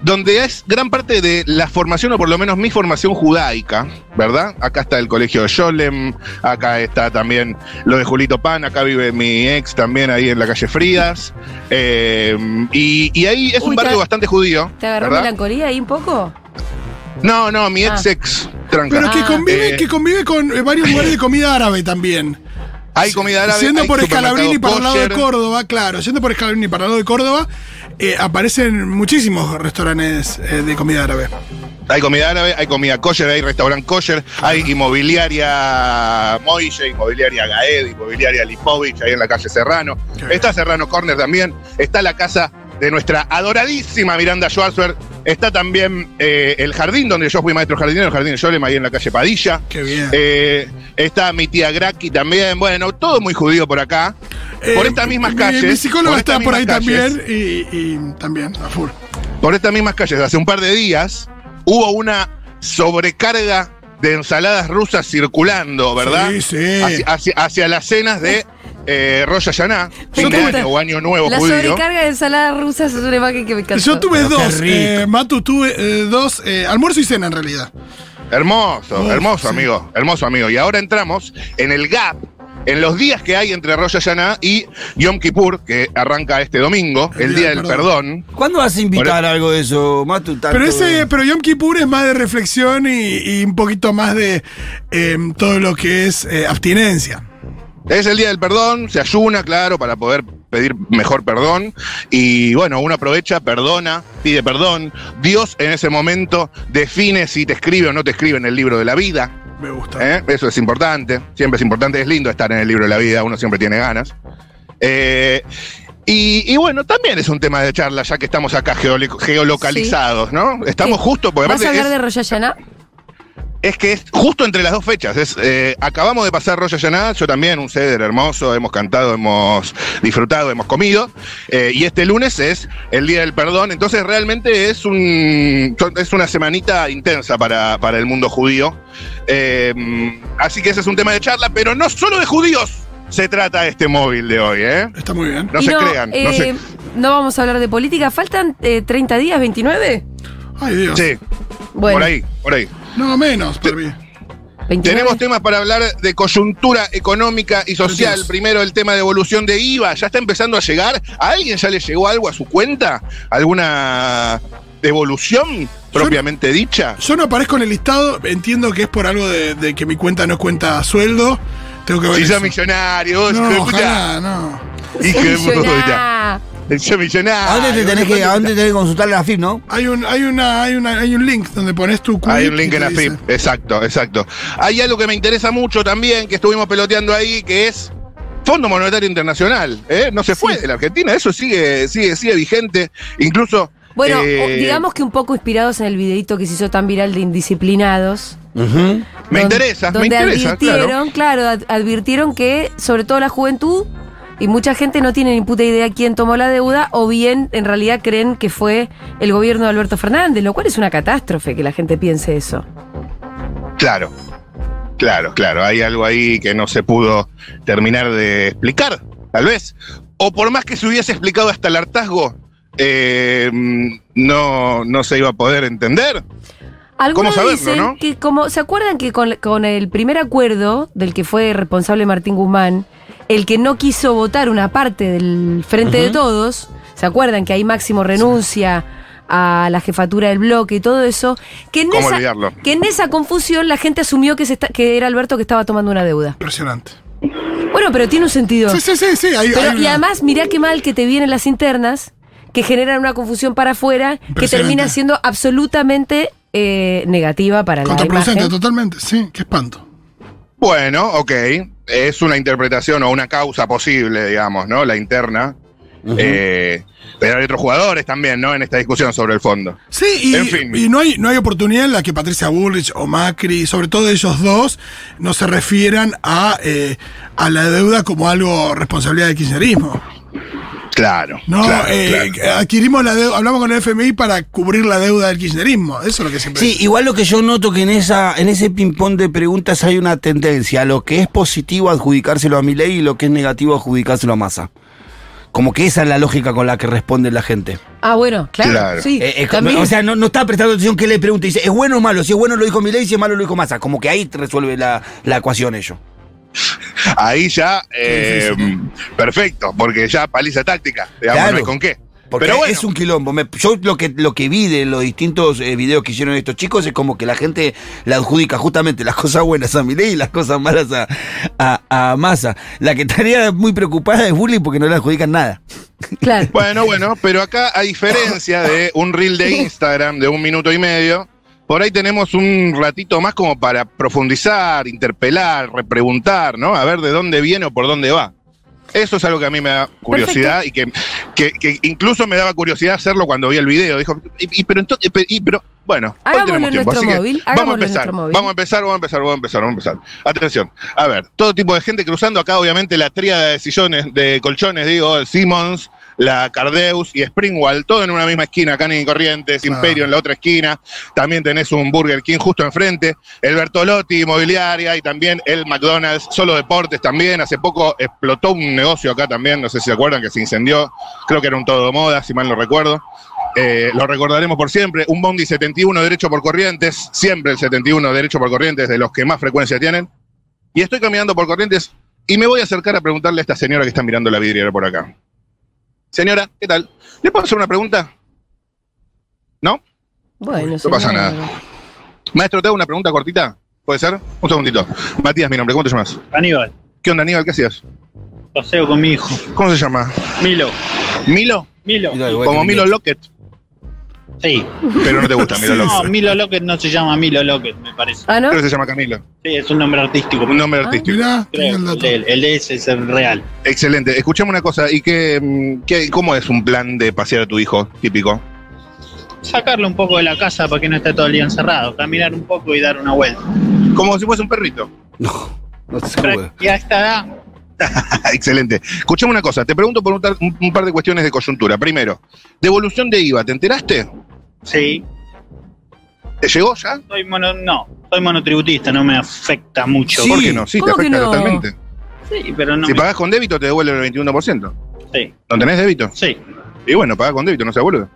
Speaker 7: donde es gran parte de la formación, o por lo menos mi formación judaica, ¿verdad? Acá está el colegio de Sholem, acá está también lo de Julito Pan, acá vive mi ex también ahí en la calle Frías. Eh, y, y ahí es
Speaker 1: Uy,
Speaker 7: un barrio
Speaker 1: te-
Speaker 7: bastante judío.
Speaker 1: ¿Te agarró
Speaker 7: ¿verdad?
Speaker 1: melancolía ahí un poco?
Speaker 7: No, no, mi ex
Speaker 1: Ah.
Speaker 7: ex tranca.
Speaker 3: Pero que
Speaker 1: Ah.
Speaker 3: convive,
Speaker 7: Eh.
Speaker 3: que convive con eh, varios lugares de comida árabe también.
Speaker 7: hay comida árabe.
Speaker 3: Siendo
Speaker 7: hay
Speaker 3: por Escalabrini para el lado de
Speaker 7: supermercado kosher.
Speaker 3: Córdoba, claro, siendo por Escalabrini para el lado de Córdoba, eh, aparecen muchísimos restaurantes eh, de comida árabe.
Speaker 7: Hay comida árabe, hay comida kosher, hay restaurante kosher, hay inmobiliaria Moille, inmobiliaria Gaed, inmobiliaria Lipovich, ahí en la calle Serrano. Está Serrano Corner también, está la casa de nuestra adoradísima Miranda Schwarzberg, está también eh, el jardín donde yo fui maestro jardinero, el jardín de Yolem, ahí en la calle Padilla.
Speaker 3: Qué bien.
Speaker 7: Eh, está mi tía Graki también, bueno, todo muy judío por acá. por
Speaker 3: Eh,
Speaker 7: estas mismas
Speaker 3: mi-
Speaker 7: calles.
Speaker 3: Mi, psicólogo
Speaker 7: estas
Speaker 3: está por ahí
Speaker 7: mismas calles
Speaker 3: también y, y también, a full.
Speaker 7: por estas mismas calles hace un par de días hubo una sobrecarga de ensaladas rusas circulando, ¿verdad?
Speaker 3: Sí, sí.
Speaker 7: Hacia, hacia- hacia las cenas de eh, Rosh Hashanah, fin de
Speaker 1: Me encanta.
Speaker 7: año o año nuevo
Speaker 1: La
Speaker 7: judío.
Speaker 1: sobrecarga de ensalada rusa es una imagen que me encanta.
Speaker 3: Yo tuve
Speaker 2: Pero qué
Speaker 3: dos,
Speaker 2: rico.
Speaker 3: eh, Matu, tuve eh, dos, eh, almuerzo y cena en realidad.
Speaker 7: Hermoso,
Speaker 3: Uf,
Speaker 7: hermoso,
Speaker 3: sí.
Speaker 7: amigo, hermoso, amigo. Y ahora entramos en el gap, en los días que hay entre Rosh Hashanah y Yom Kippur, que arranca este domingo, el, día del perdón. e-
Speaker 2: ¿Cuándo vas a invitar algo de eso, Matu? Tanto
Speaker 3: Pero ese,
Speaker 2: de-
Speaker 3: pero Yom Kippur es más de reflexión y, y un poquito más de eh, todo lo que es eh, abstinencia.
Speaker 7: Es el día del perdón, se ayuna, claro, para poder pedir mejor perdón. Y bueno, uno aprovecha, perdona, pide perdón. Dios en ese momento define si te escribe o no te escribe en el libro de la vida.
Speaker 3: Me gusta.
Speaker 7: ¿eh? Eso es importante, siempre es importante, es lindo estar en el libro de la vida, uno siempre tiene ganas. Eh, y, y bueno, también es un tema de charla, ya que estamos acá geolo- geolocalizados, ¿no? Estamos
Speaker 1: Sí.
Speaker 3: Eh,
Speaker 7: justo, porque
Speaker 1: ¿Vas a
Speaker 7: aparte
Speaker 1: hablar de
Speaker 7: es-
Speaker 1: Rosh Hashanah?
Speaker 7: es que es justo entre las dos fechas. Es, eh, acabamos de pasar Rosh Hashanah, yo también, un ceder hermoso, hemos cantado, hemos disfrutado, hemos comido. eh, y este lunes es el Día del Perdón. Entonces realmente es, un, es una semanita intensa para, para el mundo judío. Eh, así que ese es un tema de charla, pero no solo de judíos se trata este móvil de hoy, ¿eh?
Speaker 3: Está muy bien.
Speaker 7: No
Speaker 1: Y
Speaker 7: se crean. no se-
Speaker 1: eh, no vamos a hablar de política. ¿Faltan eh, 30 días, 29?
Speaker 3: Ay, Dios.
Speaker 7: Sí,
Speaker 1: Bueno,
Speaker 7: por ahí, por ahí.
Speaker 3: No, menos, para mí.
Speaker 1: 29.
Speaker 7: Tenemos temas para hablar de coyuntura económica y social.
Speaker 3: Dios.
Speaker 7: Primero el tema de evolución de IVA. Ya está empezando a llegar. ¿A alguien ya le llegó algo a su cuenta? ¿Alguna evolución propiamente dicha?
Speaker 3: Yo no aparezco en el listado, entiendo que es por algo de, de que mi cuenta no cuenta sueldo. Tengo que ver.
Speaker 7: Si
Speaker 3: eso.
Speaker 7: sos millonario,
Speaker 3: no,
Speaker 7: hijo de puta.
Speaker 3: ojalá, no.
Speaker 7: Hijo de
Speaker 1: Millonada.
Speaker 7: puta. El
Speaker 2: ¿A
Speaker 7: millonario.
Speaker 2: dónde te tenés que, a dónde tenés que consultar la FIP, no?
Speaker 3: Hay un, hay una, hay una, hay un link donde pones tu quit
Speaker 7: Hay un link en
Speaker 3: y te
Speaker 7: la
Speaker 3: dice-
Speaker 7: FIP, exacto, exacto. Hay algo que me interesa mucho también, que estuvimos peloteando ahí, que es Fondo Monetario Internacional. ¿eh? No se fue de la Argentina, eso sigue, sigue, sigue vigente. Incluso.
Speaker 1: Bueno,
Speaker 7: eh,
Speaker 1: o- digamos que un poco inspirados en el videito que se hizo tan viral de Indisciplinados.
Speaker 7: Me
Speaker 1: don-
Speaker 7: interesa, me
Speaker 1: donde
Speaker 7: interesa, claro.
Speaker 1: advirtieron, claro, ad- advirtieron que sobre todo la juventud y mucha gente no tiene ni puta idea quién tomó la deuda o bien en realidad creen que fue el gobierno de Alberto Fernández, lo cual es una catástrofe que la gente piense eso.
Speaker 7: Claro, claro, claro. Hay algo ahí que no se pudo terminar de explicar, tal vez. O por más que se hubiese explicado hasta el hartazgo, eh, no, no se iba a poder entender.
Speaker 1: Algunos
Speaker 7: ¿Cómo saberlo,
Speaker 1: dicen
Speaker 7: no?
Speaker 1: que como se acuerdan que con, con el primer acuerdo del que fue responsable Martín Guzmán, el que no quiso votar una parte del Frente de Todos, se acuerdan que ahí Máximo renuncia a la jefatura del bloque y todo eso, que en,
Speaker 7: ¿Cómo
Speaker 1: esa,
Speaker 7: olvidarlo?
Speaker 1: que en esa confusión la gente asumió que, se está- que era Alberto que estaba tomando una deuda.
Speaker 3: Impresionante.
Speaker 1: Bueno, pero tiene un sentido.
Speaker 3: Sí, sí, sí, sí. hay-
Speaker 1: Pero-
Speaker 3: hay
Speaker 1: y
Speaker 3: una-
Speaker 1: además, mirá qué mal que te vienen las internas, que generan una confusión para afuera, que
Speaker 3: Impresionante.
Speaker 1: termina siendo absolutamente eh, negativa para la
Speaker 3: Contraproducente,
Speaker 1: imagen.
Speaker 3: totalmente. Sí, qué espanto.
Speaker 7: Bueno, ok. Es una interpretación o una causa posible, digamos, ¿no? La interna. Eh, pero hay otros jugadores también, ¿no? En esta discusión sobre el fondo.
Speaker 3: Sí, y,
Speaker 7: En fin.
Speaker 3: y no, hay, no hay oportunidad en la que Patricia Bullrich o Macri, sobre todo ellos dos, no se refieran a, eh, a la deuda como algo responsabilidad del kirchnerismo.
Speaker 7: Claro.
Speaker 3: No,
Speaker 7: claro,
Speaker 3: eh,
Speaker 7: claro.
Speaker 3: adquirimos la deuda, hablamos con el FMI para cubrir la deuda del kirchnerismo. Eso es lo que siempre
Speaker 2: Sí, igual lo que yo noto que en esa, en ese ping-pong de preguntas hay una tendencia a lo que es positivo adjudicárselo a mi ley y lo que es negativo adjudicárselo a masa. Como que esa es la lógica con la que responde la gente.
Speaker 1: Ah, bueno, claro.
Speaker 7: Claro.
Speaker 1: Sí,
Speaker 2: Eh, eh,
Speaker 1: también.
Speaker 2: o sea, no, no está prestando atención que le pregunta. Dice, ¿es bueno o malo? Si es bueno lo dijo mi ley, si es malo lo dijo masa. Como que ahí te resuelve la, la ecuación ello.
Speaker 7: Ahí ya. eh, Perfecto, porque ya paliza táctica. Digamos,
Speaker 2: Claro.
Speaker 7: no hay con qué.
Speaker 2: Porque
Speaker 7: pero bueno,
Speaker 2: es un quilombo. Me- yo lo que, lo que vi de los distintos eh, videos que hicieron estos chicos es como que la gente la adjudica justamente las cosas buenas a Milei y las cosas malas a, a, a Massa. La que estaría muy preocupada es Bully porque no le adjudican nada.
Speaker 1: claro.
Speaker 7: Bueno, bueno, pero acá, a diferencia de un reel de Instagram de un minuto y medio, por ahí tenemos un ratito más como para profundizar, interpelar, repreguntar, ¿no? A ver de dónde viene o por dónde va. Eso es algo que a mí me da curiosidad y que, que- que incluso me daba curiosidad hacerlo cuando vi el video. Dijo, y, y- pero entonces, pe- y- pero, bueno, hoy
Speaker 1: Hagámoslo
Speaker 7: tenemos
Speaker 1: en
Speaker 7: tiempo,
Speaker 1: nuestro
Speaker 7: así que
Speaker 1: móvil,
Speaker 7: vamos a
Speaker 1: hagámoslo en
Speaker 7: empezar.
Speaker 1: nuestro móvil.
Speaker 7: Vamos a empezar, vamos a empezar, vamos a empezar, vamos a empezar. Atención. A ver, todo tipo de gente cruzando. Acá, obviamente, la tríada de sillones, de colchones, digo, Simmons, la Cardeus y Springwall, todo en una misma esquina, Canning y Corrientes, Imperio en la otra esquina. También tenés un Burger King justo enfrente, el Bertolotti Inmobiliaria y también el McDonald's, Solo Deportes también. Hace poco explotó un negocio acá también, no sé si se acuerdan, que se incendió. Creo que era un todo moda, si mal no recuerdo. Eh, lo recordaremos por siempre. Un Bondi 71 derecho por corrientes, siempre el 71 derecho por corrientes, de los que más frecuencia tienen. Y estoy caminando por corrientes y me voy a acercar a preguntarle a esta señora que está mirando la vidriera por acá. Señora, ¿qué tal? ¿Le puedo hacer una pregunta? ¿No?
Speaker 1: Bueno,
Speaker 7: No pasa
Speaker 1: señor.
Speaker 7: nada. Maestro, ¿te hago una pregunta cortita? ¿Puede ser? Un segundito. Matías, mi nombre, ¿cómo te llamas?
Speaker 8: Aníbal,
Speaker 7: ¿Qué onda, Aníbal? ¿Qué hacías?
Speaker 8: paseo con mi hijo.
Speaker 7: ¿Cómo se llama?
Speaker 8: Milo,
Speaker 7: ¿Milo?
Speaker 8: Milo.
Speaker 7: Como Milo Lockett.
Speaker 8: Sí.
Speaker 7: Pero no te gusta Milo
Speaker 8: No,
Speaker 7: Lockett.
Speaker 8: Milo Lockett no se llama Milo Lockett, me parece.
Speaker 1: Ah, ¿no?
Speaker 7: Pero se llama Camilo.
Speaker 8: Sí, es un nombre artístico.
Speaker 7: Un nombre
Speaker 1: Ah.
Speaker 7: artístico.
Speaker 3: Mirá, tenía
Speaker 8: Creo,
Speaker 3: el
Speaker 8: el,
Speaker 3: dato.
Speaker 8: de él, el de ese es el real.
Speaker 7: Excelente. Escuchame una cosa. ¿Y qué, mm, qué- cómo es un plan de pasear a tu hijo típico?
Speaker 8: Sacarlo un poco de la casa para que no esté todo el día encerrado. Caminar un poco y dar una vuelta.
Speaker 7: Como si fuese un perrito.
Speaker 2: No, no se
Speaker 8: Pero
Speaker 2: puede.
Speaker 8: Y a esta edad,
Speaker 7: Excelente. Escuchame una cosa. Te pregunto por un, tar- un- un par de cuestiones de coyuntura. Primero, devolución de IVA. ¿Te enteraste?
Speaker 8: sí.
Speaker 7: ¿Te llegó ya?
Speaker 8: Soy mono, no, soy monotributista, no me afecta mucho.
Speaker 2: Sí.
Speaker 7: ¿Por qué no? Sí, te
Speaker 1: ¿Cómo que
Speaker 7: afecta
Speaker 1: no?
Speaker 7: totalmente.
Speaker 8: Sí, pero no
Speaker 7: si
Speaker 8: me...
Speaker 7: pagás con débito, te devuelve el 21%.
Speaker 8: Sí,
Speaker 7: ¿No tenés débito?
Speaker 8: sí.
Speaker 7: Y bueno, pagás con débito, no se devuelve.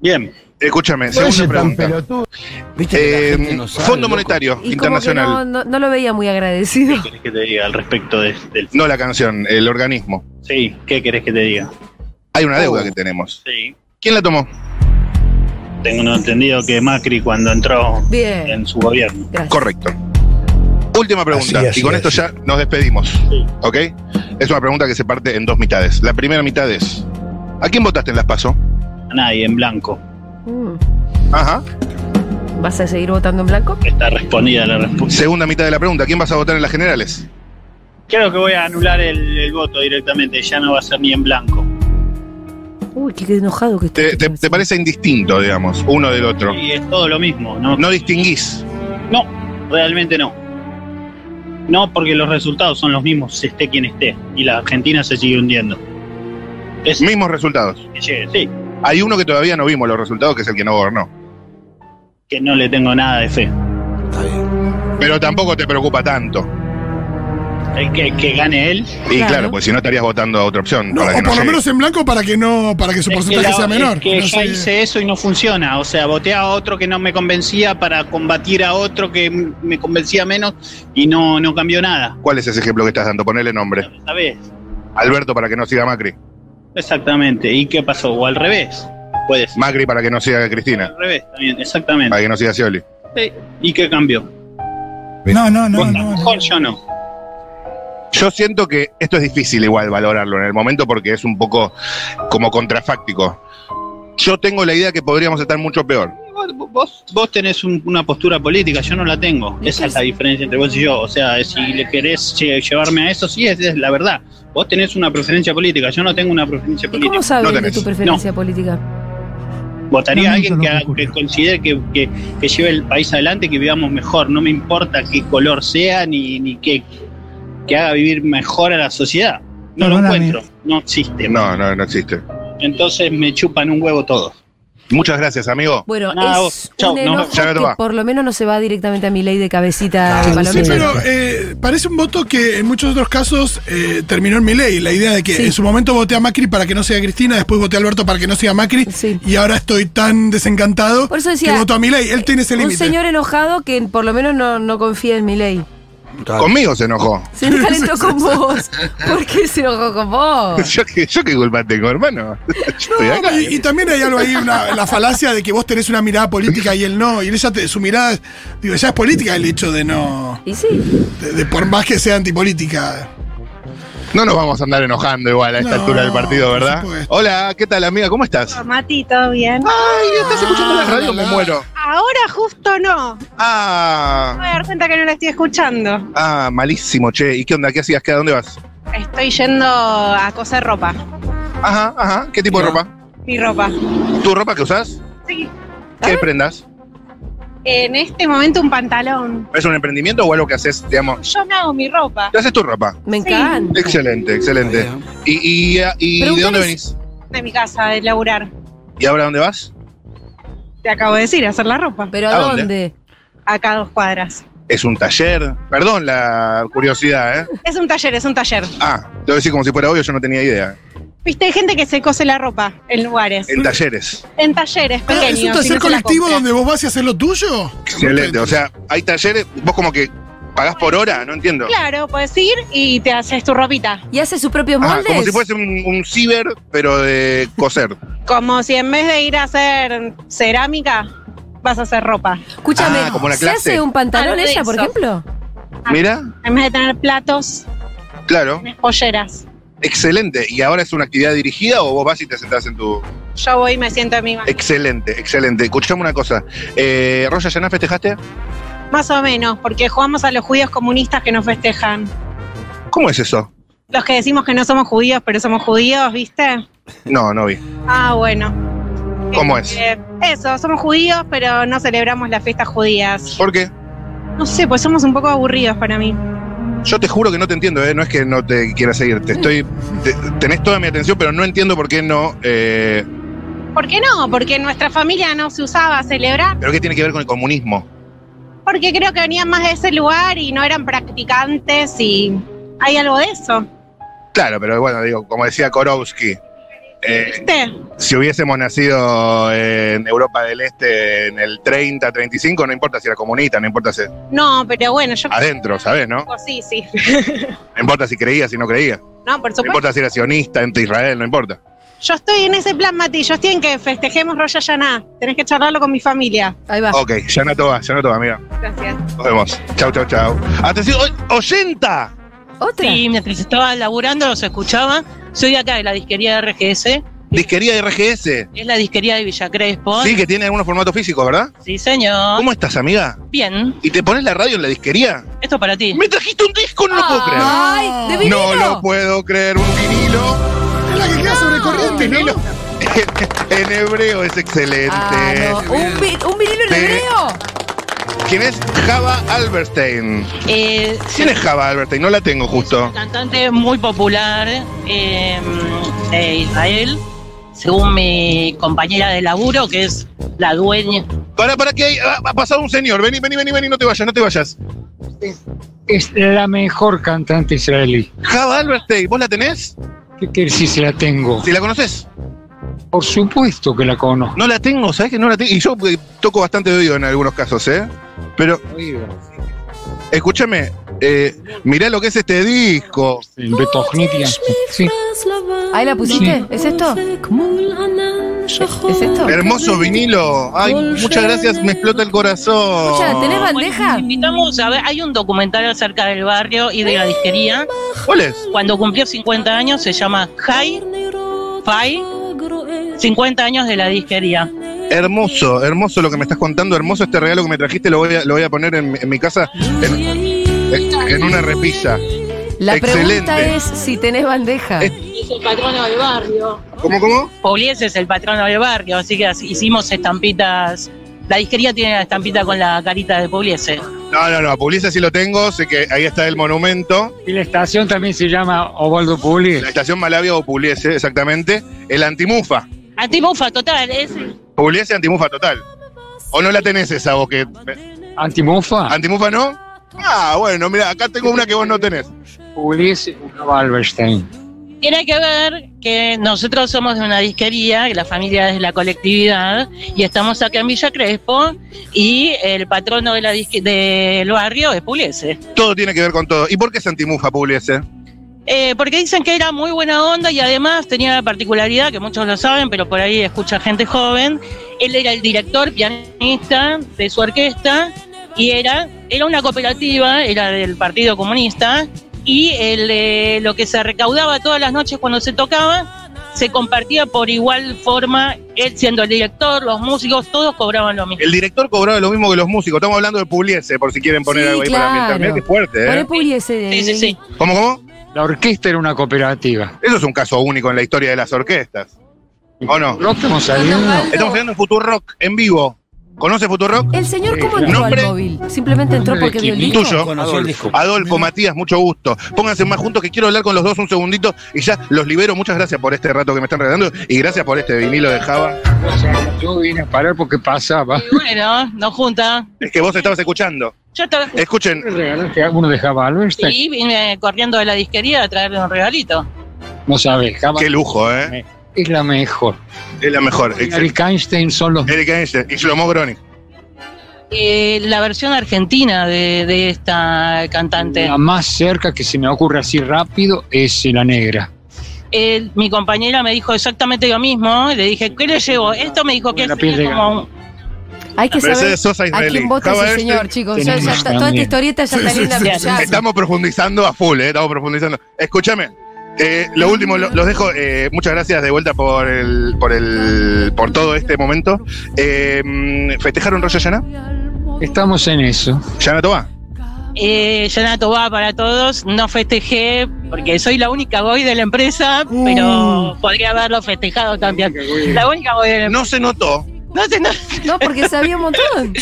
Speaker 8: Bien.
Speaker 7: Escúchame, segunda pregunta.
Speaker 2: Viste que la
Speaker 7: Eh,
Speaker 2: gente no sabe,
Speaker 7: Fondo
Speaker 2: loco.
Speaker 7: Monetario
Speaker 1: Y como que
Speaker 7: Internacional.
Speaker 1: no, no- no lo veía muy agradecido.
Speaker 8: ¿Qué querés que te diga al respecto de- del...
Speaker 7: no la canción, el organismo.
Speaker 8: Sí, ¿qué querés que te diga?
Speaker 7: Hay una
Speaker 5: Oh.
Speaker 7: deuda que tenemos.
Speaker 8: Sí.
Speaker 7: ¿Quién la tomó?
Speaker 8: Tengo entendido que Macri cuando entró
Speaker 1: Bien.
Speaker 8: en su gobierno.
Speaker 1: Gracias.
Speaker 7: Correcto. Última pregunta,
Speaker 5: Así, así,
Speaker 7: y con esto
Speaker 5: así.
Speaker 7: ya nos despedimos,
Speaker 8: Sí.
Speaker 7: ¿ok? Es una pregunta que se parte en dos mitades. La primera mitad es, ¿A quién votaste en las PASO?
Speaker 8: A nadie, en blanco.
Speaker 1: Mm.
Speaker 7: Ajá.
Speaker 1: ¿Vas a seguir votando en blanco?
Speaker 8: Está respondida la respuesta.
Speaker 7: Segunda mitad de la pregunta, ¿a quién vas a votar en las generales?
Speaker 8: Creo que voy a anular el, el voto directamente, ya no va a ser ni en blanco.
Speaker 1: Uy, qué enojado que
Speaker 7: ¿Te,
Speaker 1: estoy.
Speaker 7: te- te parece indistinto, digamos, uno del otro?
Speaker 8: Y es todo lo mismo, ¿no?
Speaker 7: No distinguís.
Speaker 8: No, realmente no. No, porque los resultados son los mismos, esté quien esté. Y la Argentina se sigue hundiendo. Es
Speaker 7: Mismos resultados.
Speaker 8: que llegue, sí,
Speaker 7: Hay uno que todavía no vimos los resultados, que es el que no gobernó.
Speaker 8: que no le tengo nada de fe.
Speaker 7: Pero tampoco te preocupa tanto.
Speaker 8: El que, que gane él.
Speaker 7: Y
Speaker 1: Claro.
Speaker 7: claro, pues si no estarías votando a otra opción.
Speaker 3: No,
Speaker 7: para que
Speaker 3: o
Speaker 7: no
Speaker 3: por lo
Speaker 7: llegue.
Speaker 3: menos en blanco para que no, para que su
Speaker 8: es
Speaker 3: porcentaje
Speaker 8: la-
Speaker 3: sea menor.
Speaker 8: es que
Speaker 3: No
Speaker 8: ya
Speaker 3: sé.
Speaker 8: hice eso y no funciona. O sea, voté a otro que no me convencía para combatir a otro que m- me convencía menos y no, no cambió nada.
Speaker 7: ¿Cuál es ese ejemplo que estás dando? Ponele nombre.
Speaker 8: ¿Sabes?
Speaker 7: Alberto para que no siga Macri.
Speaker 8: Exactamente. ¿Y qué pasó? O al revés. Puede ser.
Speaker 7: Macri para que no siga Cristina.
Speaker 8: Al revés, también. Exactamente.
Speaker 7: Para que no siga Scioli.
Speaker 8: Sí. ¿Y qué cambió?
Speaker 3: No, no, no,
Speaker 7: Bueno,
Speaker 3: no, no.
Speaker 8: Mejor yo no.
Speaker 7: Yo siento que esto es difícil igual valorarlo en el momento porque es un poco como contrafáctico. Yo tengo la idea que podríamos estar mucho peor.
Speaker 8: Vos, vos tenés un- una postura política, yo no la tengo. Esa es la diferencia entre vos y yo. O sea, si le querés lle- llevarme a eso, sí, es, es la verdad. Vos tenés una preferencia política, yo no tengo una preferencia
Speaker 1: ¿Y
Speaker 8: política.
Speaker 1: cómo sabes
Speaker 7: No
Speaker 1: de
Speaker 7: tenés.
Speaker 1: tu preferencia política?
Speaker 8: Votaría a alguien
Speaker 9: Lamento
Speaker 8: que,
Speaker 9: lo que
Speaker 8: haga-
Speaker 9: ocurrió.
Speaker 8: que considere que, que- que lleve el país adelante, que vivamos mejor. No me importa qué color sea ni, ni qué que haga vivir mejor a la sociedad. No
Speaker 9: Perdóname.
Speaker 8: lo encuentro, no existe.
Speaker 7: No, no, no existe.
Speaker 8: Entonces me chupan un huevo todos.
Speaker 7: Muchas gracias, amigo.
Speaker 1: Bueno,
Speaker 8: Nada,
Speaker 1: es
Speaker 8: vos. Chau,
Speaker 1: un
Speaker 8: no,
Speaker 1: enojo
Speaker 7: ya no te
Speaker 1: que
Speaker 7: va.
Speaker 1: por lo menos no se va directamente a mi ley de cabecita de
Speaker 3: Sí,
Speaker 1: palomita.
Speaker 3: pero eh, parece un voto que en muchos otros casos eh, terminó en mi ley. La idea de que
Speaker 1: Sí.
Speaker 3: en su momento voté a Macri para que no sea Cristina, después voté a Alberto para que no sea Macri,
Speaker 1: Sí.
Speaker 3: y ahora estoy tan desencantado
Speaker 1: Por eso decía,
Speaker 3: que voto a mi ley. Él tiene ese
Speaker 1: un
Speaker 3: límite.
Speaker 1: señor enojado que por lo menos no, no confía en mi ley.
Speaker 7: Conmigo se enojó.
Speaker 1: Se calentó con vos. ¿Por qué se enojó con vos?
Speaker 7: ¿Yo qué, yo qué culpa tengo, hermano? Yo estoy acá.
Speaker 3: No, y, y también hay algo ahí, una- la falacia de que vos tenés una mirada política y él no. Y ella te- su mirada, digo, ya es política el hecho de no.
Speaker 1: Y sí,
Speaker 3: de- de por más que sea antipolítica.
Speaker 7: No nos vamos a andar enojando igual a esta
Speaker 3: No,
Speaker 7: altura del partido,
Speaker 3: por
Speaker 7: ¿verdad?
Speaker 3: supuesto.
Speaker 7: Hola, ¿qué tal, amiga? ¿Cómo estás?
Speaker 10: Mati, ¿todo bien?
Speaker 7: Ay, estás escuchando la radio, me muero.
Speaker 10: Ahora justo no. Me voy
Speaker 7: Ah,
Speaker 10: a dar cuenta que no la estoy escuchando.
Speaker 7: ah, malísimo, che. ¿Y qué onda? ¿Qué hacías? ¿Qué, ¿A dónde vas?
Speaker 10: Estoy yendo a coser ropa.
Speaker 7: Ajá, ajá. ¿Qué tipo de ropa?
Speaker 10: Mi ropa.
Speaker 7: ¿Tu ropa que usás?
Speaker 10: Sí.
Speaker 7: ¿Qué prendas?
Speaker 10: En este momento un pantalón.
Speaker 7: ¿Es un emprendimiento o algo que haces, digamos?
Speaker 10: Yo me hago mi ropa.
Speaker 7: ¿Te haces tu ropa?
Speaker 1: me
Speaker 10: Sí.
Speaker 1: encanta.
Speaker 7: Excelente, excelente. ¿Y, y, y, de dónde
Speaker 1: Preguntales-
Speaker 7: venís?
Speaker 10: De mi casa, de laburar.
Speaker 7: ¿Y ahora dónde vas?
Speaker 10: Te acabo de decir, hacer la ropa.
Speaker 1: ¿Pero
Speaker 7: ¿A
Speaker 1: a
Speaker 7: dónde?
Speaker 1: dónde?
Speaker 10: Acá a dos cuadras.
Speaker 7: ¿Es un taller? Perdón la curiosidad, ¿eh?
Speaker 10: Es un taller, es un taller.
Speaker 7: Ah, te voy a decir como si fuera obvio, yo no tenía idea.
Speaker 10: Viste, hay gente que se cose la ropa en lugares.
Speaker 7: En talleres.
Speaker 10: En talleres
Speaker 3: Ah,
Speaker 10: pequeños.
Speaker 3: ¿Es un
Speaker 10: si no
Speaker 3: taller
Speaker 10: se la
Speaker 3: colectivo
Speaker 10: compra.
Speaker 3: donde Eh, vos vas y haces lo tuyo?
Speaker 7: Excelente. O sea, hay talleres, vos como que pagás por hora, no entiendo.
Speaker 10: Claro, puedes ir y te haces tu ropita.
Speaker 1: ¿Y hace sus propios
Speaker 7: Ah,
Speaker 1: moldes?
Speaker 7: como si fuese un, un ciber, pero de coser.
Speaker 10: Como si en vez de ir a hacer cerámica, vas a hacer ropa.
Speaker 1: Escúchame,
Speaker 7: Ah, como una
Speaker 1: ¿se
Speaker 7: clase.
Speaker 1: hace un pantalón
Speaker 10: Algo de
Speaker 1: ella, por
Speaker 10: eso. Ah,
Speaker 1: ejemplo?
Speaker 7: Mira,
Speaker 10: En vez de tener platos,
Speaker 7: claro,
Speaker 10: tenés polleras.
Speaker 7: excelente. ¿Y ahora es una actividad dirigida o vos vas y te sentás en tu...?
Speaker 10: Yo voy y me siento en mi
Speaker 7: Eh.
Speaker 10: mano.
Speaker 7: Excelente, excelente. Escuchame una cosa. Eh, ¿Roya Yaná festejaste?
Speaker 10: Más o menos, porque jugamos a los judíos comunistas que no festejan.
Speaker 7: ¿Cómo es eso?
Speaker 10: Los que decimos que no somos judíos, pero somos judíos, ¿viste?
Speaker 7: No, no vi.
Speaker 10: Ah, bueno.
Speaker 7: ¿Cómo es?
Speaker 10: Eh, eso, somos judíos, pero no celebramos las fiestas judías.
Speaker 7: ¿Por qué?
Speaker 10: No sé, pues somos un poco aburridos para mí.
Speaker 7: Yo te juro que no te entiendo, ¿eh? no es que no te quiera seguir. Te estoy, te- tenés toda mi atención, pero no entiendo por qué no. eh,
Speaker 10: ¿Por qué no? Porque en nuestra familia no se usaba celebrar,
Speaker 7: ¿Pero qué tiene que ver con el comunismo?
Speaker 10: porque creo que venían más de ese lugar y no eran practicantes y hay algo de eso,
Speaker 7: Claro, pero bueno, digo, como decía Korowski, eh,
Speaker 10: ¿viste?
Speaker 7: si hubiésemos nacido en Europa del Este en el 30, 35, no importa si era comunista, no importa si
Speaker 10: No, pero bueno, yo...
Speaker 7: adentro, ¿sabes? No?
Speaker 10: Sí, sí.
Speaker 7: no importa si creía, si no creía.
Speaker 10: No, por
Speaker 7: No
Speaker 10: supuesto.
Speaker 7: importa si era sionista, anti-Israel, no importa.
Speaker 10: Yo estoy en ese plan, Mati. Yo estoy en que festejemos Rosh Hashanah. Tenés que charlarlo con mi familia.
Speaker 1: Ahí va.
Speaker 7: Ok, ya no toma, ya no toma, amiga.
Speaker 10: Gracias.
Speaker 7: Oh. Nos vemos. Chau, chau, chau. Atención, ¡oy- ¡oyenta!
Speaker 1: ¿Otra?
Speaker 11: Sí, mientras estaba laburando los escuchaba. Soy acá de la disquería de RGS
Speaker 7: Disquería RGS.
Speaker 9: Es la disquería de Villa Crespo.
Speaker 7: Sí, que tiene algunos formatos físicos, ¿verdad?
Speaker 9: Sí, señor.
Speaker 7: ¿Cómo estás, amiga?
Speaker 9: Bien.
Speaker 7: ¿Y te pones la radio en la disquería?
Speaker 9: Esto es para ti.
Speaker 7: ¡Me trajiste un disco! ¡No lo puedo creer!
Speaker 1: ¡Ay! ¡De vinilo!
Speaker 7: No lo puedo creer, un vinilo.
Speaker 3: Es la que queda sobre corriente,
Speaker 7: Vinilo.
Speaker 3: ¿no?
Speaker 7: en hebreo es excelente.
Speaker 1: Ah, no. ¿Un, vi- un vinilo en
Speaker 7: Sí.
Speaker 1: hebreo?
Speaker 7: ¿Quién es Java Alberstein?
Speaker 9: Eh,
Speaker 7: ¿Quién es Java Alberstein? No la tengo justo.
Speaker 9: cantante muy popular eh, de Israel, según mi compañera de laburo, que es la dueña.
Speaker 7: Para, para que hay- ha, ha pasado un señor. Vení, vení, vení, vení, no te vayas, no te vayas.
Speaker 11: Es la mejor cantante israelí.
Speaker 7: Java Alberstein, ¿vos la tenés?
Speaker 11: ¿Qué querés si se la tengo?
Speaker 7: ¿Si la conoces?
Speaker 11: Por supuesto que la conozco.
Speaker 7: No la tengo, ¿sabés que no la tengo? Y yo eh, toco bastante de oído en algunos casos, ¿eh? Pero, escúchame, eh, mirá lo que es este disco.
Speaker 11: El Betochnitia. Sí.
Speaker 1: ¿Ahí la pusiste?
Speaker 11: Sí.
Speaker 1: ¿Es esto? ¿Es esto?
Speaker 7: Hermoso vinilo. Ay, muchas gracias, me explota el corazón.
Speaker 1: Escucha, ¿tenés bandeja?
Speaker 9: Bueno, invitamos a ver, hay un documental acerca del barrio y de la disquería.
Speaker 7: ¿Cuál es?
Speaker 9: Cuando cumplió 50 años se llama High Five, 50 años de la disquería.
Speaker 7: Hermoso, hermoso lo que me estás contando, hermoso este regalo que me trajiste, lo voy a, lo voy a poner en, mi- en mi casa en, en una repisa.
Speaker 1: La pregunta
Speaker 7: Excelente.
Speaker 1: es si tenés bandeja.
Speaker 9: Es el patrono del barrio.
Speaker 7: ¿Cómo, cómo?
Speaker 9: Poliés es el patrono del barrio, así que así- hicimos estampitas. La disquería tiene la estampita con la carita de Poliese.
Speaker 7: No, no, no, Pugliese sí lo tengo, sé que ahí está el monumento,
Speaker 11: Y la estación también se llama Ovaldo Puli.
Speaker 7: la estación Malavia o Pugliese, exactamente, el antimufa,
Speaker 9: Antimufa, total, es
Speaker 7: Pugliese antimufa total. ¿O no la tenés esa vos que...
Speaker 11: Antimofa.
Speaker 7: ¿Antimufa no? Ah, bueno, mira, acá tengo una que vos no tenés.
Speaker 11: Puli es una Valverstein.
Speaker 9: Tiene que ver que nosotros somos de una disquería, que la familia es la colectividad, y estamos acá en Villa Crespo, y el patrono de la disque- del barrio es Pugliese.
Speaker 7: Todo tiene que ver con todo. ¿Y por qué es antimufa Pugliese?
Speaker 9: Eh, porque dicen que era muy buena onda y además tenía la particularidad, que muchos lo saben, pero por ahí escucha gente joven, él era el director pianista de su orquesta y era, era una cooperativa, era del Partido Comunista, y el, eh, lo que se recaudaba todas las noches cuando se tocaba se compartía por igual forma, él siendo el director, los músicos, todos cobraban lo mismo.
Speaker 7: El director cobraba lo mismo que los músicos, estamos hablando de Pugliese, por si quieren poner
Speaker 1: Sí,
Speaker 7: algo ahí para ambientar. Mirá
Speaker 1: claro.
Speaker 7: qué fuerte,
Speaker 1: Poné
Speaker 7: ¿eh?
Speaker 1: Pugliese de-
Speaker 9: Sí, sí, sí.
Speaker 7: ¿Cómo, cómo?
Speaker 11: La orquesta era una cooperativa.
Speaker 7: Eso es un caso único en la historia de las orquestas. ¿O no?
Speaker 11: ¿No estamos saliendo?
Speaker 7: Estamos viendo Futuro Rock en vivo. ¿Conoce Futuro Rock?
Speaker 1: El señor, ¿cómo entró
Speaker 7: Nombre-
Speaker 1: al móvil? ¿Simplemente entró
Speaker 11: Nombre de
Speaker 1: porque vio el
Speaker 11: quién?
Speaker 1: disco?
Speaker 7: Tuyo.
Speaker 2: Conoció el disco.
Speaker 7: Adolfo, Matías, mucho gusto. Pónganse más juntos que quiero hablar con los dos un segundito y ya los libero. Muchas gracias por este rato que me están regalando y gracias por este vinilo de Java.
Speaker 11: Yo vine a parar porque pasaba.
Speaker 9: Y bueno, nos junta.
Speaker 7: Es que vos estabas escuchando.
Speaker 9: Yo estaba
Speaker 7: Escuchen,
Speaker 11: ¿Me regalaste alguno de Java Alberstein?
Speaker 9: y vine corriendo de la disquería a traerle un regalito.
Speaker 11: No sabes, Java
Speaker 7: qué lujo, ¿eh?
Speaker 11: es la mejor.
Speaker 7: Es la mejor.
Speaker 11: Eric Einstein son los
Speaker 7: Eric Einstein y Shlomo Groning.
Speaker 9: Eh, la versión argentina de, de esta cantante.
Speaker 11: La más cerca que se me ocurre así rápido es la negra.
Speaker 9: Eh, mi compañera me dijo exactamente lo mismo. Le dije, ¿qué le llevo? Esto me dijo que
Speaker 11: La
Speaker 9: sería
Speaker 11: piel de
Speaker 9: como un-
Speaker 1: Hay que saber
Speaker 7: Mercedes Sosa
Speaker 1: a
Speaker 7: israelí. este
Speaker 1: quién vota
Speaker 7: Java
Speaker 1: ese
Speaker 7: Einstein.
Speaker 1: señor, chicos. Ya-
Speaker 11: Tenemos
Speaker 1: ya está- toda esta
Speaker 11: también.
Speaker 1: historia ya
Speaker 3: Sí,
Speaker 1: está
Speaker 3: sí,
Speaker 1: linda.
Speaker 3: sí,
Speaker 1: pero
Speaker 9: sí,
Speaker 1: ya-
Speaker 7: Estamos profundizando a full, eh, estamos profundizando. Escúchame. eh, lo último, lo- los dejo. eh, muchas gracias de vuelta por el, por el, por todo este momento. Eh, mm, ¿Festejaron Rosh Yana?
Speaker 11: Estamos en eso.
Speaker 7: Yana Tobá.
Speaker 9: Eh, Yanato va para todos. No festejé porque soy la única goy de la empresa, pero podría haberlo festejado también. La única goy de la empresa.
Speaker 7: No se notó,
Speaker 9: No sé, no-
Speaker 1: No, porque sabía un montón.